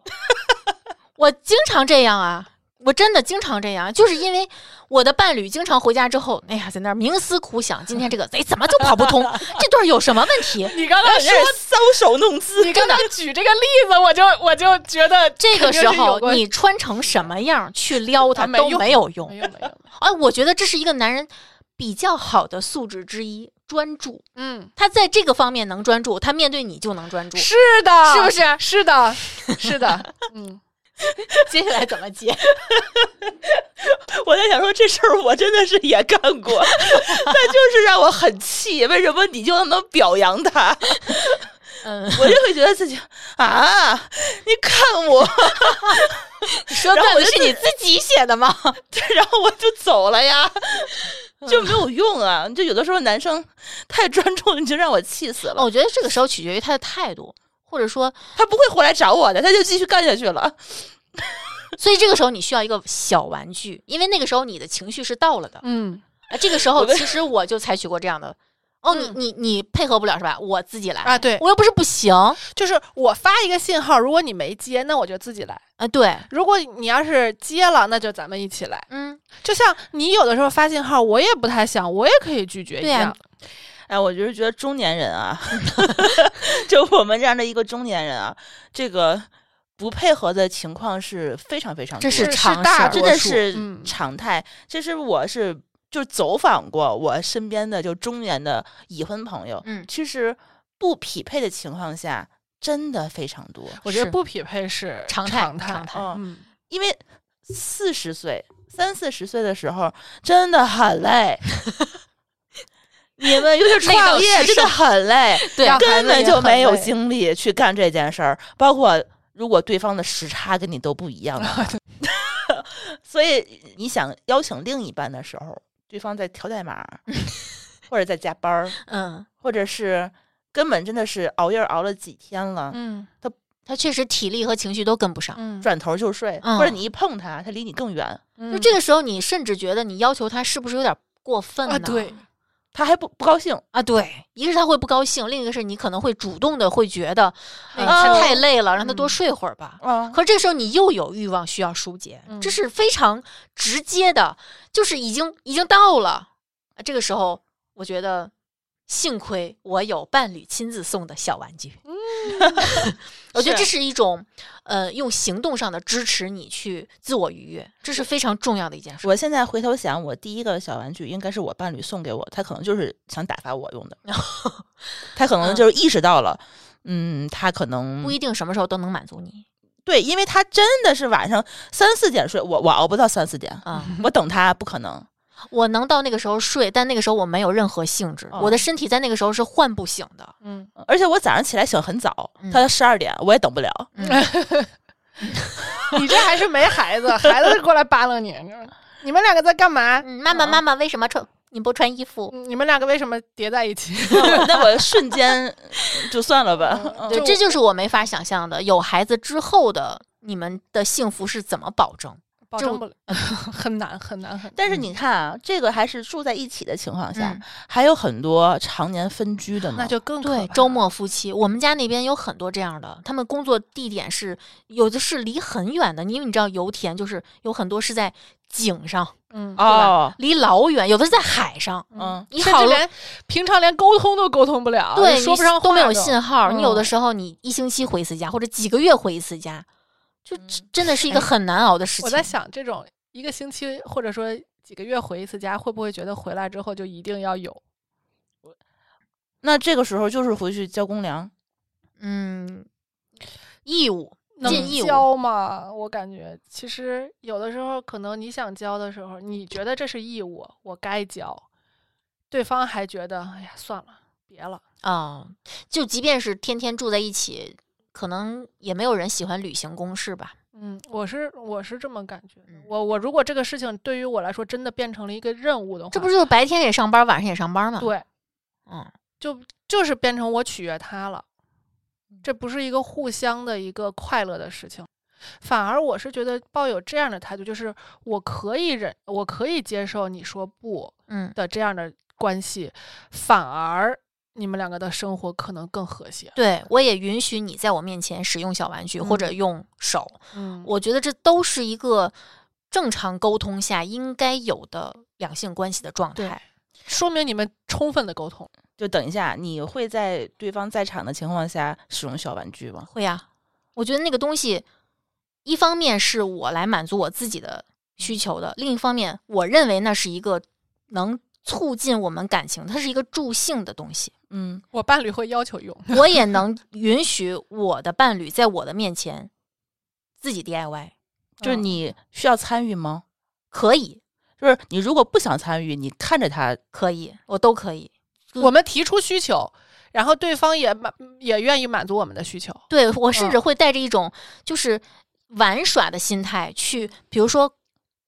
我经常这样啊，我真的经常这样，就是因为我的伴侣经常回家之后，哎呀，在那儿冥思苦想，今天这个贼怎么就跑不通？这段有什么问题？你刚才人啊说家是搔首弄姿，你刚才举这个例子，我就我就觉得这个时肯定是有候关你穿成什么样去撩他啊没都用没有用没。有没有，哎，我觉得这是一个男人比较好的素质之一，专注。 嗯，他在这个方面能专注，他面对你就能专注。是的，是不是？是的， 是的，嗯，接下来怎么接？ 我在想说这事儿我真的是也干过，但就是让我很气，为什么你就能表扬他？嗯，我就会觉得自己啊， 你看我， 说然后段我子就是你自己写的吗？ 然后我就走了呀，嗯就没有用啊！就有的时候男生太专注，你就让我气死了。我觉得 这个时候取决于他的态度，或者说，他不会回来找我的，他就继续干下去了。所以这个时候你需要一个小玩具，因为那个时候你的情绪是到了的。嗯，啊，这个时候我的其实我就采取过这 样的，哦，你嗯你你配合不了是吧？我自己来啊对我又不是不行啊就是我发一个信号，如果你没接，那我就自己来；啊，对，如果你要是接了，那就咱们一起来。嗯，就像你有的时候发信号，我也不太想，我也可以拒绝一对呀样。哎，我就是觉得中年人啊， 就我们这样的一个中年人啊，这个不配合的情况是非常非常多的这是是常事大儿多真的数是嗯常态。其实我是就走访过我身边的就中年的已婚朋友，嗯其实不匹配的情况下真的非常多，我觉是得不匹配是常态常常态嗯嗯，因为四十岁、三四十岁的时候真的很累。 你们尤其是累到创业，真失的手啊很累。对要根本就没有孩子也精力去干这件事儿。包括如果对方的时差跟你都不一样的 话，所以你想邀请另一半的时候，对方在调代 码，或者在加班儿，嗯，或者是根本真的是熬夜熬了几天了，嗯他确实体力和情绪都跟不上。嗯，转头就睡，嗯或者你一碰他，他离你更远，嗯就这个时候，你甚至觉得你要求他是不是有点过分呢？啊，对，他还不不高兴。啊，对，一个是他会不高兴，另一个是你可能会主动的会觉得，那呃个他哦太累了，让他多嗯睡会儿吧。啊，可是这个时候你又有欲望需要疏解，嗯这是非常直接的，就是已经已经到了。啊这个时候，我觉得幸亏我有伴侣亲自送的小玩具。我觉得这是一种，呃，用行动上的支持你去自我愉悦，这是非常重要的一件事。我现在回头想，我第一个小玩具应该是我伴侣送给我，他可能就是想打发我用 的，他可能就是意识到了，嗯，他可能不一定什么时候都能满足你对，因为他真的是晚上三四点睡，我我熬不到三四点，啊。我等他不可能。我能到那个时候睡，但那个时候我没有任何兴致，我的哦身体在那个时候是唤不醒的。嗯，而且我早上起来醒很早嗯，他十二点我也等 不了。你这还是没孩子，孩子过来扒拉你，你们两个在干嘛？嗯，妈妈，妈妈，为什么穿你不穿衣服？嗯你们两个为什么叠在一起？那我那我瞬间就算了 吧。嗯对，就这就是我没法想象的。有孩子之后的你们的幸福是怎么保证？保这证我不了， 很难很难很难。但是你看啊，这个还是住在一起的情况下嗯，还有很多常年分居的呢。那就更可对，怕周了末夫妻，我们家那边有很多这样的，他们工作地点是有的是离很远的，因为你知道油田就是有很多是在井上，嗯哦，离老远，有的是在海上。嗯，你甚好至了连平常连沟通都沟通不了，对，说你不上话都没有信号。你有的嗯时候你一星期回一次家，或者几个月回一次家，就真真的是一个很难熬的事嗯哎情。我在想，这种一个星期或者说几个月回一次家，会不会觉得回来之后就一定要有？那这个时候就是回去交公粮。嗯，义务尽义能务教吗？我感觉其实有的时候，可能你想教的时候，你觉得这是义务，我该教，对方还觉得哎呀算了，别了。啊、就即便是天天住在一起，可能也没有人喜欢履行公事吧。嗯，我是我是这么感觉的嗯。我我如果这个事情对于我来说真的变成了一个任务的话，这不是就白天也上班，晚上也上班吗？，嗯对，嗯，就就是变成我取悦他了，这不是一个互相的一个快乐的事情。反而我是觉得抱有这样的态度，就是我可以忍，我可以接受你说不嗯的这样的关系，反而你们两个的生活可能更和谐。对我也允许你在我面前使用小玩具或者用手，嗯我觉得这都是一个正常沟通下应该有的两性关系的状对态。说明你们充分的沟通。就等一下，你会在对方在场的情况下使用小玩具吗？会呀、我觉得那个东西，一方面是我来满足我自己的嗯需求的，另一方面，我认为那是一个能促进我们感情，它是一个助兴的 东西。嗯，我伴侣会要求用，我也能允许我的伴侣在我的面前自己 DIY，就是嗯你需要参与吗？可以，就是你如果不想参与，你看着他，可以，我都可以。我们提出需求，然后对方也满也愿意满足我们的需求。对我甚嗯至会带着一种就是玩耍的心态去，比如说我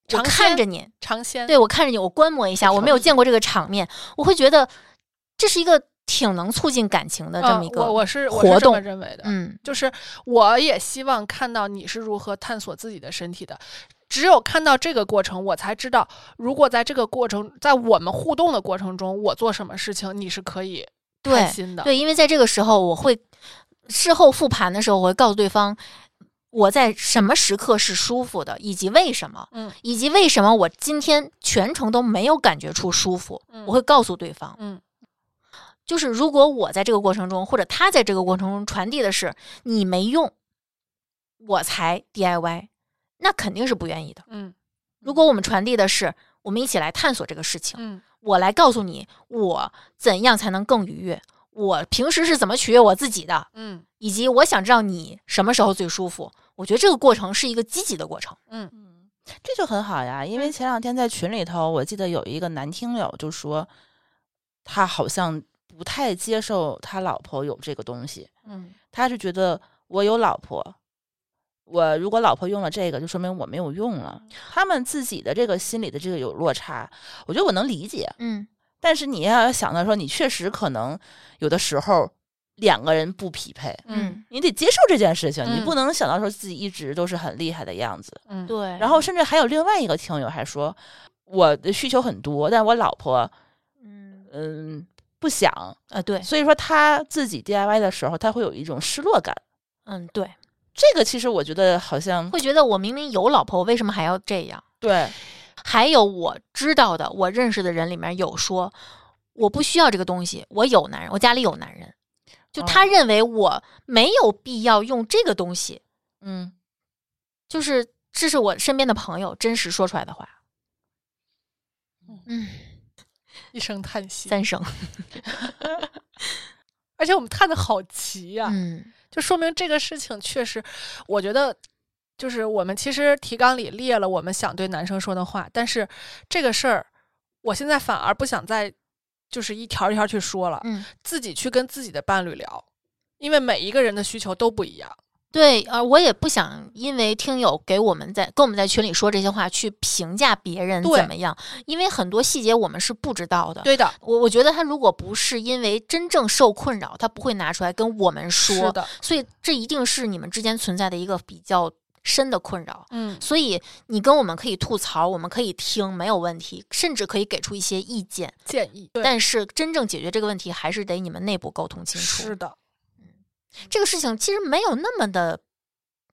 尝看鲜着你，尝鲜，对我看着你，我观摩一下，尝我没有一见过这个场面，我会觉得这是一个挺能促进感情的这么一嗯、我个，我是我活是这动么认为的，嗯，就是我也希望看到你是如何探索自己的身体的。只有看到这个过程，我才知道，如果在这个过程，在我们互动的过程中，我做什么事情你是可以开对心的。对，因为在这个时候，我会事后复盘的时候，我会告诉对方我在什么时刻是舒服的，以及为什么，嗯以及为什么我今天全程都没有感觉出舒服，嗯我会告诉对方。嗯就是如果我在这个过程中，或者他在这个过程中传递的是你没用，我才 DIY，那肯定是不愿意的。嗯如果我们传递的是我们一起来探索这个事情，嗯我来告诉你我怎样才能更愉悦，我平时是怎么取悦我自己的，嗯以及我想知道你什么时候最舒服。我觉得这个过程是一个积极的过程。嗯这就很好呀。因为前两天在群里头，我记得有一个男听友就说，他好像不太接受他老婆有这个东西，嗯，他是觉得我有老婆，我如果老婆用了这个，就说明我没有用了。他们自己的这个心理的这个有落差，我觉得我能理解。嗯，但是你要想到说，你确实可能有的时候两个人不匹配，嗯，你得接受这件事情，你嗯不能想到说自己一直都是很厉害的样子。嗯，对。然后甚至还有另外一个听友还说，我的需求很多，但我老婆嗯，嗯不想，啊，对，所以说他自己 DIY 的时候，他会有一种失落感。嗯，对，这个其实我觉得好像会觉得我明明有老婆，我为什么还要这样？对，还有我知道的，我认识的人里面有说，我不需要这个东西，我有男人，我家里有男人，就哦他认为我没有必要用这个东西，嗯，就是这是我身边的朋友真实说出来的话。嗯，嗯一声叹息。三声，而且我们探的好急呀、嗯就说明这个事情确实，我觉得就是我们其实提纲里列了我们想对男生说的话，但是这个事儿，我现在反而不想再就是一条一条去说了，嗯，自己去跟自己的伴侣聊，因为每一个人的需求都不一样。 对，而我也不想因为听友给我们在跟我们在群里说这些话去评价别人对怎么样，因为很多细节我们是不知道的。对的，我我觉得他如果不是因为真正受困扰，他不会拿出来跟我们是说，的，所以这一定是你们之间存在的一个比较深的困扰。嗯所以你跟我们可以吐槽，我们可以听，没有问题，甚至可以给出一些意见。建议对，但是真正解决这个问题，还是得你们内部沟通清是楚。的，这个事情其实没有那么的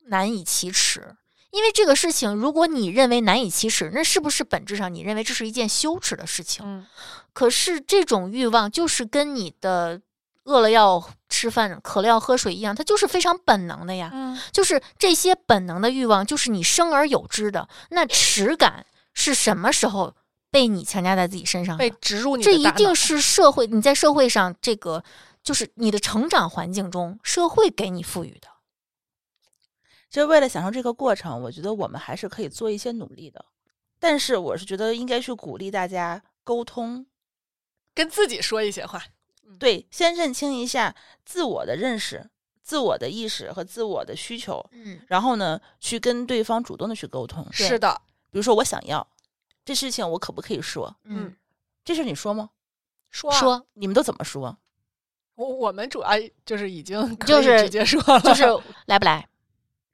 难以启齿，因为这个事情，如果你认为难以启齿，那是不是本质上你认为这是一件羞耻的事情？嗯可是这种欲望就是跟你的饿了要吃饭、渴了要喝水一样，它就是非常本能的呀。嗯就是这些本能的欲望，就是你生而有之的。那耻感是什么时候被你强加在自己身上被的？植入你的这一大脑定是社会，你在社会上这个就是你的成长环境中，社会给你赋予的。就为了享受这个过程，我觉得我们还是可以做一些努力的。但是我是觉得应该去鼓励大家沟通，跟自己说一些话。对，先认清一下自我的认识、自我的意识和自我的需求，嗯，然后呢，去跟对方主动的去沟通。对是的，比如说我想要这事情，我可不可以说？嗯，这事你说吗？说啊说你们都怎么说？我我们主要就是已经可就以是直接说了， 就是来不来？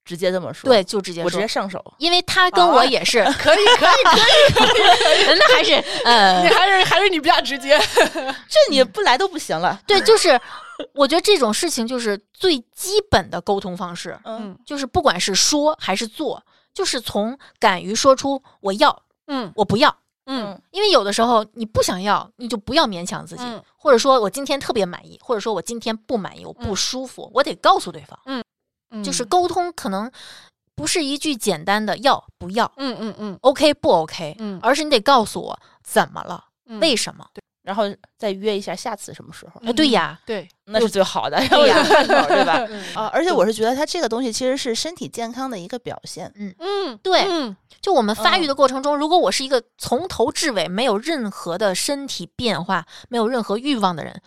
直接这么说，对，，就直接我直说接，上手，因为他跟我也是，可以可以 可以，那还是你 呃，还是还是你比较直接，这嗯你不来都不行了。对，就是我觉得这种事情就是最基本的沟通方式，嗯，就是不管是说还是做，就是从敢于说出我要，嗯我不要。嗯因为有的时候你不想要，你就不要勉强自己，嗯或者说我今天特别满意，或者说我今天不满意，我不嗯舒服，我得告诉对方。嗯，就是沟通可能不是一句简单的要不要嗯嗯嗯，OK 不 OK，嗯而是你得告诉我怎么了，嗯嗯为什么？然后再约一下下次什么时候，哎对呀，对，那是最好的，对哎呀要不然就上手对 吧？嗯啊，而且我是觉得它这个东西其实是身体健康的一个表现。嗯对嗯就我们发育嗯的过程中，如果我是一个从头至尾没有任何的身体变化、没有任何欲望的人，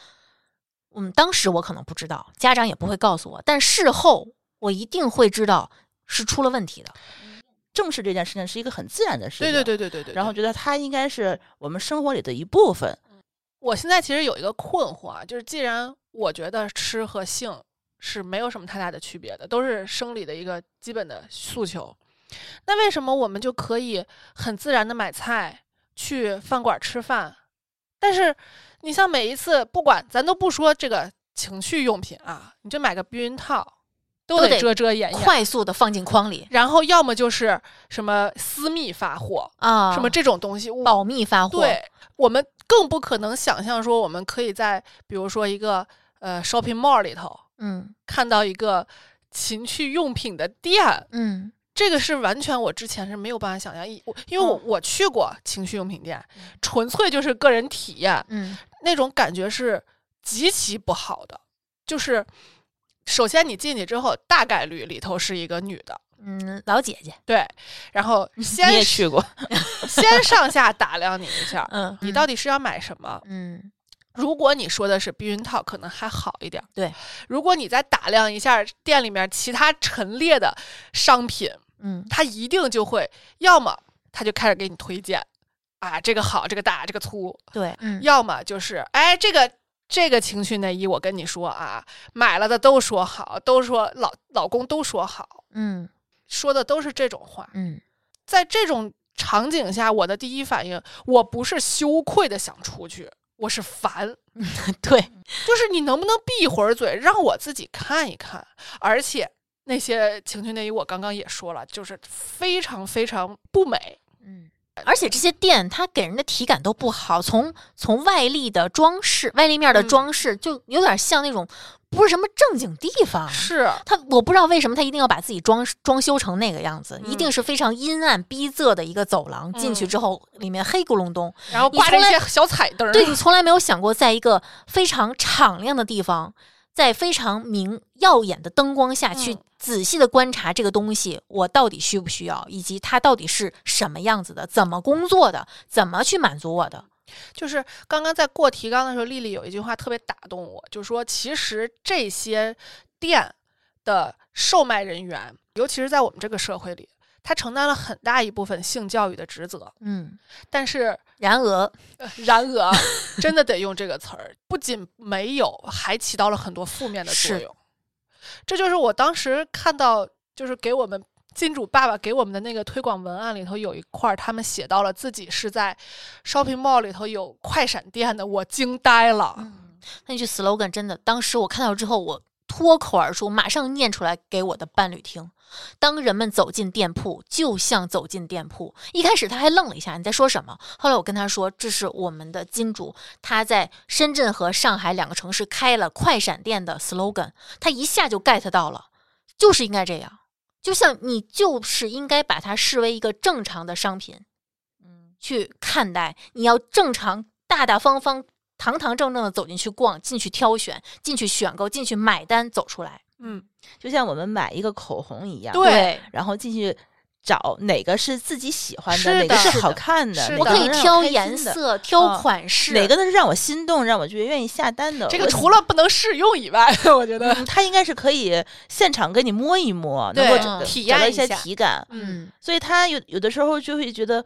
嗯，当时我可能不知道，家长也不会告诉我，但事后我一定会知道是出了问题的。正视这件事情是一个很自然的事情，对对对对对对，然后觉得它应该是我们生活里的一部分。我现在其实有一个困惑啊，就是既然我觉得吃和性是没有什么太大的区别的，都是生理的一个基本的诉求，那为什么我们就可以很自然的买菜去饭馆吃饭？但是你像每一次，不管咱都不说这个情趣用品啊，你就买个避孕套，都都得得遮遮掩掩，快速的放进筐里然后要么就是什么私密发货，啊，什么这种东西，我保密发货，对我们更不可能想象说，我们可以在比如说一个呃 shopping mall 里头嗯看到一个情趣用品的店，嗯这个是完全我之前是没有办法想象，一我因为我、嗯我去过情趣用品店，纯粹就是个人体验，嗯那种感觉是极其不好的，就是。首先，你进去之后，大概率里头是一个女的，嗯，老姐姐，对，然后 你先也去过，先上下打量你 一下儿，嗯，你到底是要买什么？嗯如果你说的是避孕套，可能还好一点。对，如果你再打量一下店里面其他陈列的商品，嗯它一定就会，要么他就开始给你推荐，啊，这个好，这个大，这个粗，对，嗯要么就是，哎，这个这个情趣内衣，我跟你说啊，买了的都说好，都说老老公都说好，嗯说的都是这种话。嗯在这种场景下，我的第一反应，我不是羞愧的想出去，我是烦。嗯对，就是你能不能闭一会儿嘴，让我自己看一看？而且那些情趣内衣，我刚刚也说了，就是非常非常不美。嗯。而且这些店它给人的体感都不好，从从外立的装饰、外立面的嗯装饰，就有点像那种不是什么正经地方。是，他我不知道为什么他一定要把自己装装修成那个样子，一嗯定是非常阴暗逼仄的一个走廊，进去嗯之后里面黑咕隆咚。然后你挂着一从些来小彩灯儿。对你从来没有想过，在一个非常敞亮的地方，在非常明耀眼的灯光下去嗯仔细的观察这个东西，我到底需不需要，以及它到底是什么样子的，怎么工作的，怎么去满足我的。就是刚刚在过提纲的时候，丽丽有一句话特别打动我，就说其实这些店的售卖人员，尤其是在我们这个社会里，他承担了很大一部分性教育的职责，嗯，但是然而，然而， 真的得用这个词儿，不仅没有，还起到了很多负面的作是用。这就是我当时看到，就是给我们金主爸爸给我们的那个推广文案里头有一块儿，他们写到了自己是在 shopping mall 里头有快闪店的，我惊呆了。那句 slogan 真的，当时我看到之后，我脱口而出，马上念出来给我的伴侣听。当人们走进店铺，就像走进店铺。一开始他还愣了一下，你在说什么？后来我跟他说，这是我们的金主，他在深圳和上海两个城市开了快闪店的 slogan，他一下就 get 到了，就是应该这样。就像你就是应该把它视为一个正常的商品，去看待，你要正常、大大方方、堂堂正正的走进去逛，进去挑选，进去选购，进去买单，走出来。嗯，就像我们买一个口红一样，对然后进去找哪个是自己喜欢是的哪个是是的好看是的哪我个可以能让挑开心颜的，色、挑啊款式，哪个能让我心动，让我觉得愿意下单的。这个我除了不能试用以外， 我觉得，嗯，它应该是可以现场给你摸一摸，能对够嗯找体找到验一些一下体感。嗯所以他有有的时候就会觉得，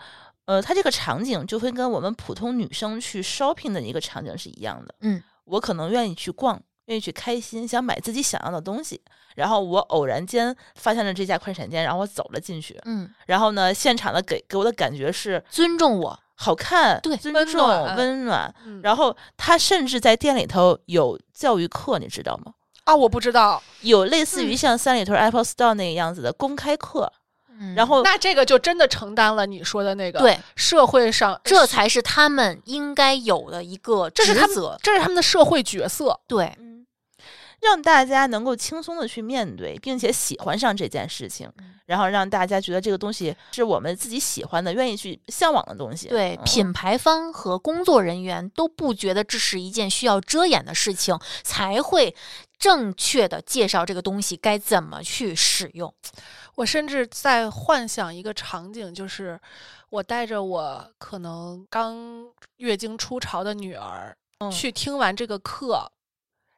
呃，他这个场景就会跟我们普通女生去 shopping 的一个场景是一样的。嗯，我可能愿意去逛，愿意去开心，想买自己想要的东西。然后我偶然间发现了这家快闪店，然后我走了进去。嗯，然后呢，现场的给给我的感觉是尊重我，好看、对尊温重、暖温暖。嗯然后他甚至在店里头有教育课，你知道吗？啊，我不知道，有类似于嗯像三里屯 Apple Store 那个样子的公开课，嗯然后那这个就真的承担了你说的那个对，社会上，这才是他们应该有的一个这是职他们责，这是他们的社会角色。对，嗯，让大家能够轻松的去面对，并且喜欢上这件事情，嗯然后让大家觉得这个东西是我们自己喜欢的、愿意去向往的东西。对，嗯品牌方和工作人员都不觉得这是一件需要遮掩的事情，才会正确的介绍这个东西该怎么去使用。我甚至在幻想一个场景，就是我带着我可能刚月经初潮的女儿、嗯去听完这个课，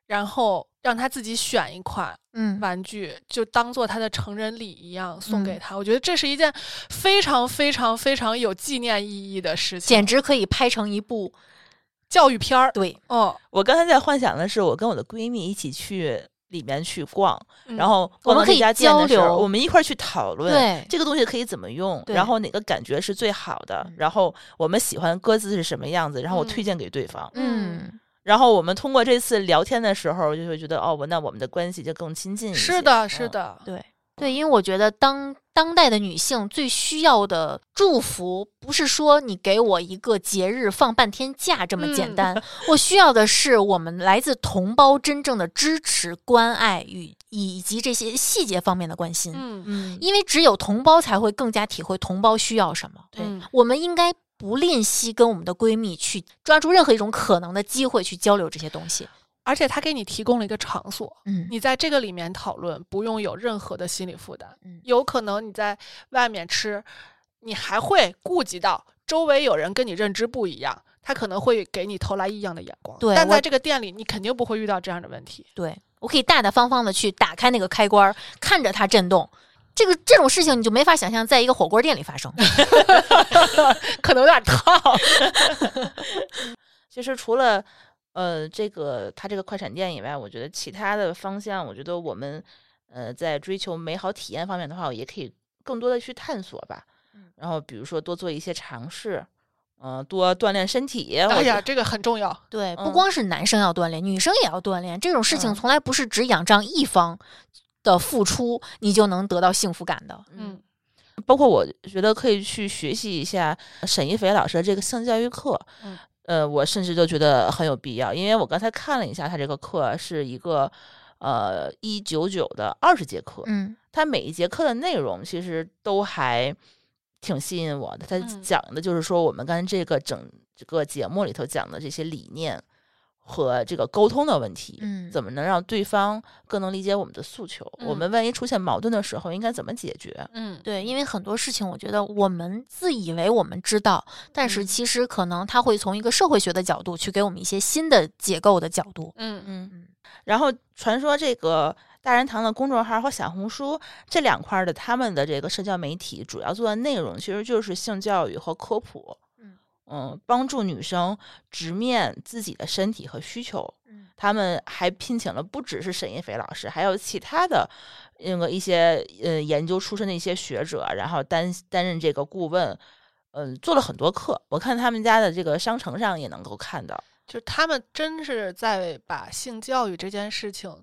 然后让她自己选一款嗯，玩具，就当做她的成人礼一样送给嗯她。我觉得这是一件非常非常非常有纪念意义的事情，简直可以拍成一部教育片儿。对，哦，我刚才在幻想的是，我跟我的闺蜜一起去里面去逛，嗯然后我逛们到可那以家店的时交候，流我们一块儿去讨论，对这个东西可以怎么用，对然后哪个感觉是最好的嗯，然后我们喜欢鸽子是什么样子，然后我嗯推荐给对方。嗯，然后我们通过这次聊天的时候，就会觉得哦，我那我们的关系就更亲近一些。是的，嗯是，的，对。对，因为我觉得当当代的女性最需要的祝福，不是说你给我一个节日放半天假这么简嗯单，我需要的是我们来自同胞真正的支持、关爱与以及这些细节方面的关心。嗯嗯，因为只有同胞才会更加体会同胞需要什么。对嗯我们应该不吝惜跟我们的闺蜜去抓住任何一种可能的机会去交流这些东西。而且他给你提供了一个场所，嗯，你在这个里面讨论，不用有任何的心理负担嗯。有可能你在外面吃，你还会顾及到周围有人跟你认知不一样，他可能会给你投来异样的眼光。对但我在这个店里，你肯定不会遇到这样的问题。 对我可以大大方方的去打开那个开关儿，看着它震动。这个这种事情你就没法想象在一个火锅店里发生。可能有点 烫。其实除了呃这个它这个快闪店以外，我觉得其他的方向，我觉得我们呃在追求美好体验方面的话，我也可以更多的去探索吧。嗯然后比如说多做一些尝试，嗯、多锻炼身体。我哎觉呀，得，这个很重要。对，不嗯光是男生要锻炼，女生也要锻炼。这种事情嗯从来不是只仰仗一方的付出，你就能得到幸福感的。嗯，包括我觉得可以去学习一下呃沈一菲老师的这个性教育课，嗯呃，我甚至都觉得很有必要，因为我刚才看了一下，他这个课是一个呃一九九的二十节课，嗯它每一节课的内容其实都还挺吸引我的。它嗯讲的就是说我们刚才这个整这个节目里头讲的这些理念和这个沟通的问题，嗯怎么能让对方更能理解我们的诉求？我嗯们万一出现矛盾的时候，应该怎么解决？嗯，对，因为很多事情，我觉得我们自以为我们知道，但是嗯其实可能他会从一个社会学的角度去给我们一些新的解构的角度。嗯嗯，嗯，然后传说这个大人堂的公众号和小红书这两块儿的他们的这个社交媒体主要做的内容，其实就是性教育和科普。嗯嗯帮助女生直面自己的身体和需求。嗯他们还聘请了不只是沈一菲老师，还有其他的那个一些呃研究出身的一些学者，然后担担任这个顾问，嗯、做了很多课。我看他们家的这个商城上也能够看到。就他们真是在把性教育这件事情，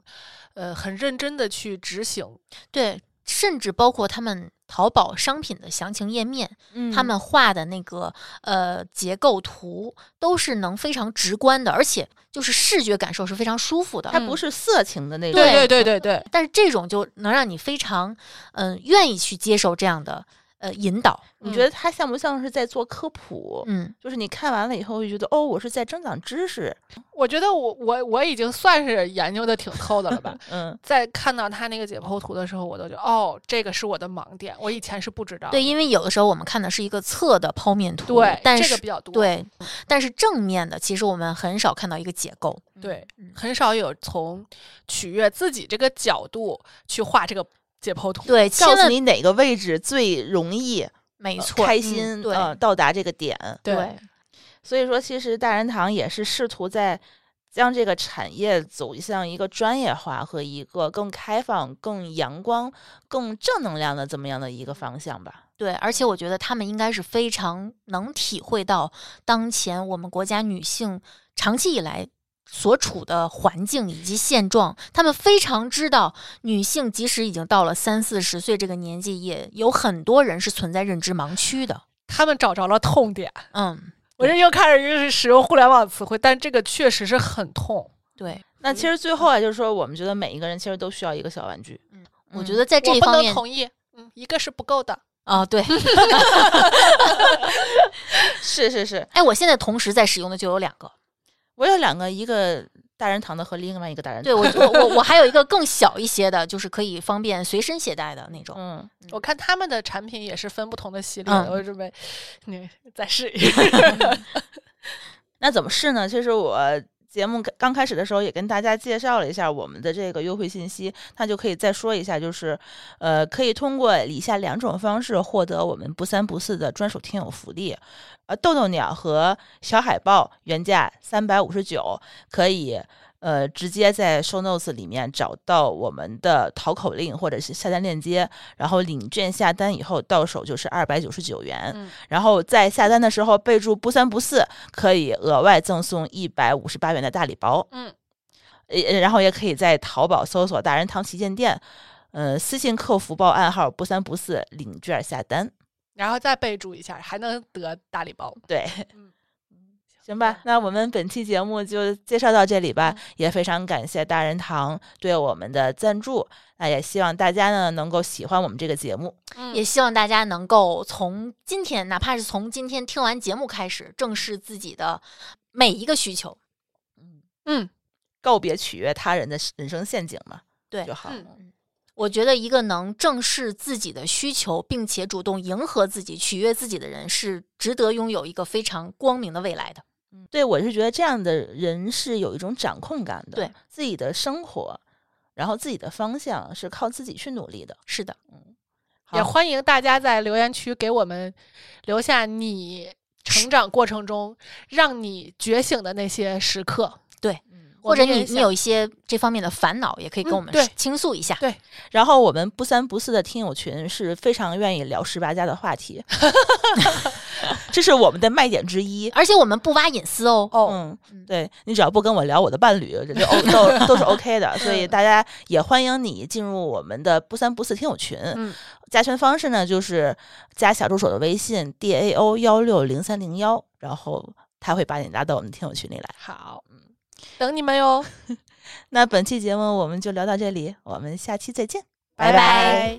呃，很认真的去执行。对，甚至包括他们淘宝商品的详情页面，嗯他们画的那个呃结构图都是能非常直观的，而且就是视觉感受是非常舒服的。它不是色情的那种，嗯对对对对对，但是这种就能让你非常嗯、愿意去接受这样的呃引导。你觉得它像不像是在做科普？嗯，就是你看完了以后会觉得，哦，我是在增长知识。我觉得我我我已经算是研究的挺透的了吧。嗯，在看到他那个解剖图的时候，我都觉得哦，这个是我的盲点，我以前是不知道啊的。对，因为有的时候我们看的是一个侧的剖面图，对，但这是个比较多。对，嗯但是正面的其实我们很少看到一个结构。对嗯，很少有从取悦自己这个角度去画这个解剖图。对，千告诉万你哪个位置最容易没呃错，开嗯心，对呃，到达这个点。对对所以说，其实大人堂也是试图在将这个产业走向一个专业化和一个更开放、更阳光、更正能量的这么样的一个方向吧。对，而且我觉得他们应该是非常能体会到当前我们国家女性长期以来所处的环境以及现状。他们非常知道，女性即使已经到了三四十岁这个年纪，也有很多人是存在认知盲区的。他们找着了痛点。嗯，我这又开始就是使用互联网词汇，但这个确实是很痛。对，那其实最后啊，就是说，我们觉得每一个人其实都需要一个小玩具。我嗯觉得在这我一不方能面同意，嗯，一个是不够的。啊、对，是是是，哎，我现在同时在使用的就有两个。我有两个，一个大人堂的和另外一个大人堂。对我，我我我还有一个更小一些的，就是可以方便随身携带的那种。嗯，我看他们的产品也是分不同的系列，嗯我准备你再试 一试。嗯那怎么试呢？其实我节目刚刚开始的时候也跟大家介绍了一下我们的这个优惠信息，那就可以再说一下，就是呃，可以通过以下两种方式获得我们不三不四的专属听友福利。呃，豆豆鸟和小海豹原价三百五十九，可以。呃，直接在 show notes 里面找到我们的淘口令或者是下单链接，然后领券下单以后到手就是二百九十九元。嗯然后在下单的时候备注“不三不四”，可以额外赠送一百五十八元的大礼包。嗯，呃，然后也可以在淘宝搜索“大人堂旗舰店”，呃，私信客服报暗号“不三不四”领券下单。然后再备注一下，还能得大礼包。对， 嗯行吧，那我们本期节目就介绍到这里吧，嗯也非常感谢大人堂对我们的赞助，那也希望大家呢能够喜欢我们这个节目。嗯也希望大家能够从今天，哪怕是从今天听完节目开始，正视自己的每一个需求。嗯，告别取悦他人的人生陷阱嘛，对就好。嗯我觉得一个能正视自己的需求，并且主动迎合自己、取悦自己的人，是值得拥有一个非常光明的未来的。对，我是觉得这样的人是有一种掌控感的，对自己的生活，然后自己的方向是靠自己去努力的。是的，也好欢迎大家在留言区给我们留下你成长过程中让你觉醒的那些时刻，嗯我或者们也你你想有一些这方面的烦恼，也可以嗯跟我们对倾诉一下。对然后我们不三不四的听友群是非常愿意聊十八家的话题，这是我们的卖点之一。而且我们不挖隐私哦。哦，嗯嗯，对你只要不跟我聊我的伴侣，这就 O 都都是 OK 的，所以嗯大家也欢迎你进入我们的不三不四听友群。嗯加群方式呢，就是加小助手的微信 d a o 幺六零三零幺，然后他会把你拉到我们听友群里来。好，等你们哟，那本期节目我们就聊到这里，我们下期再见，拜拜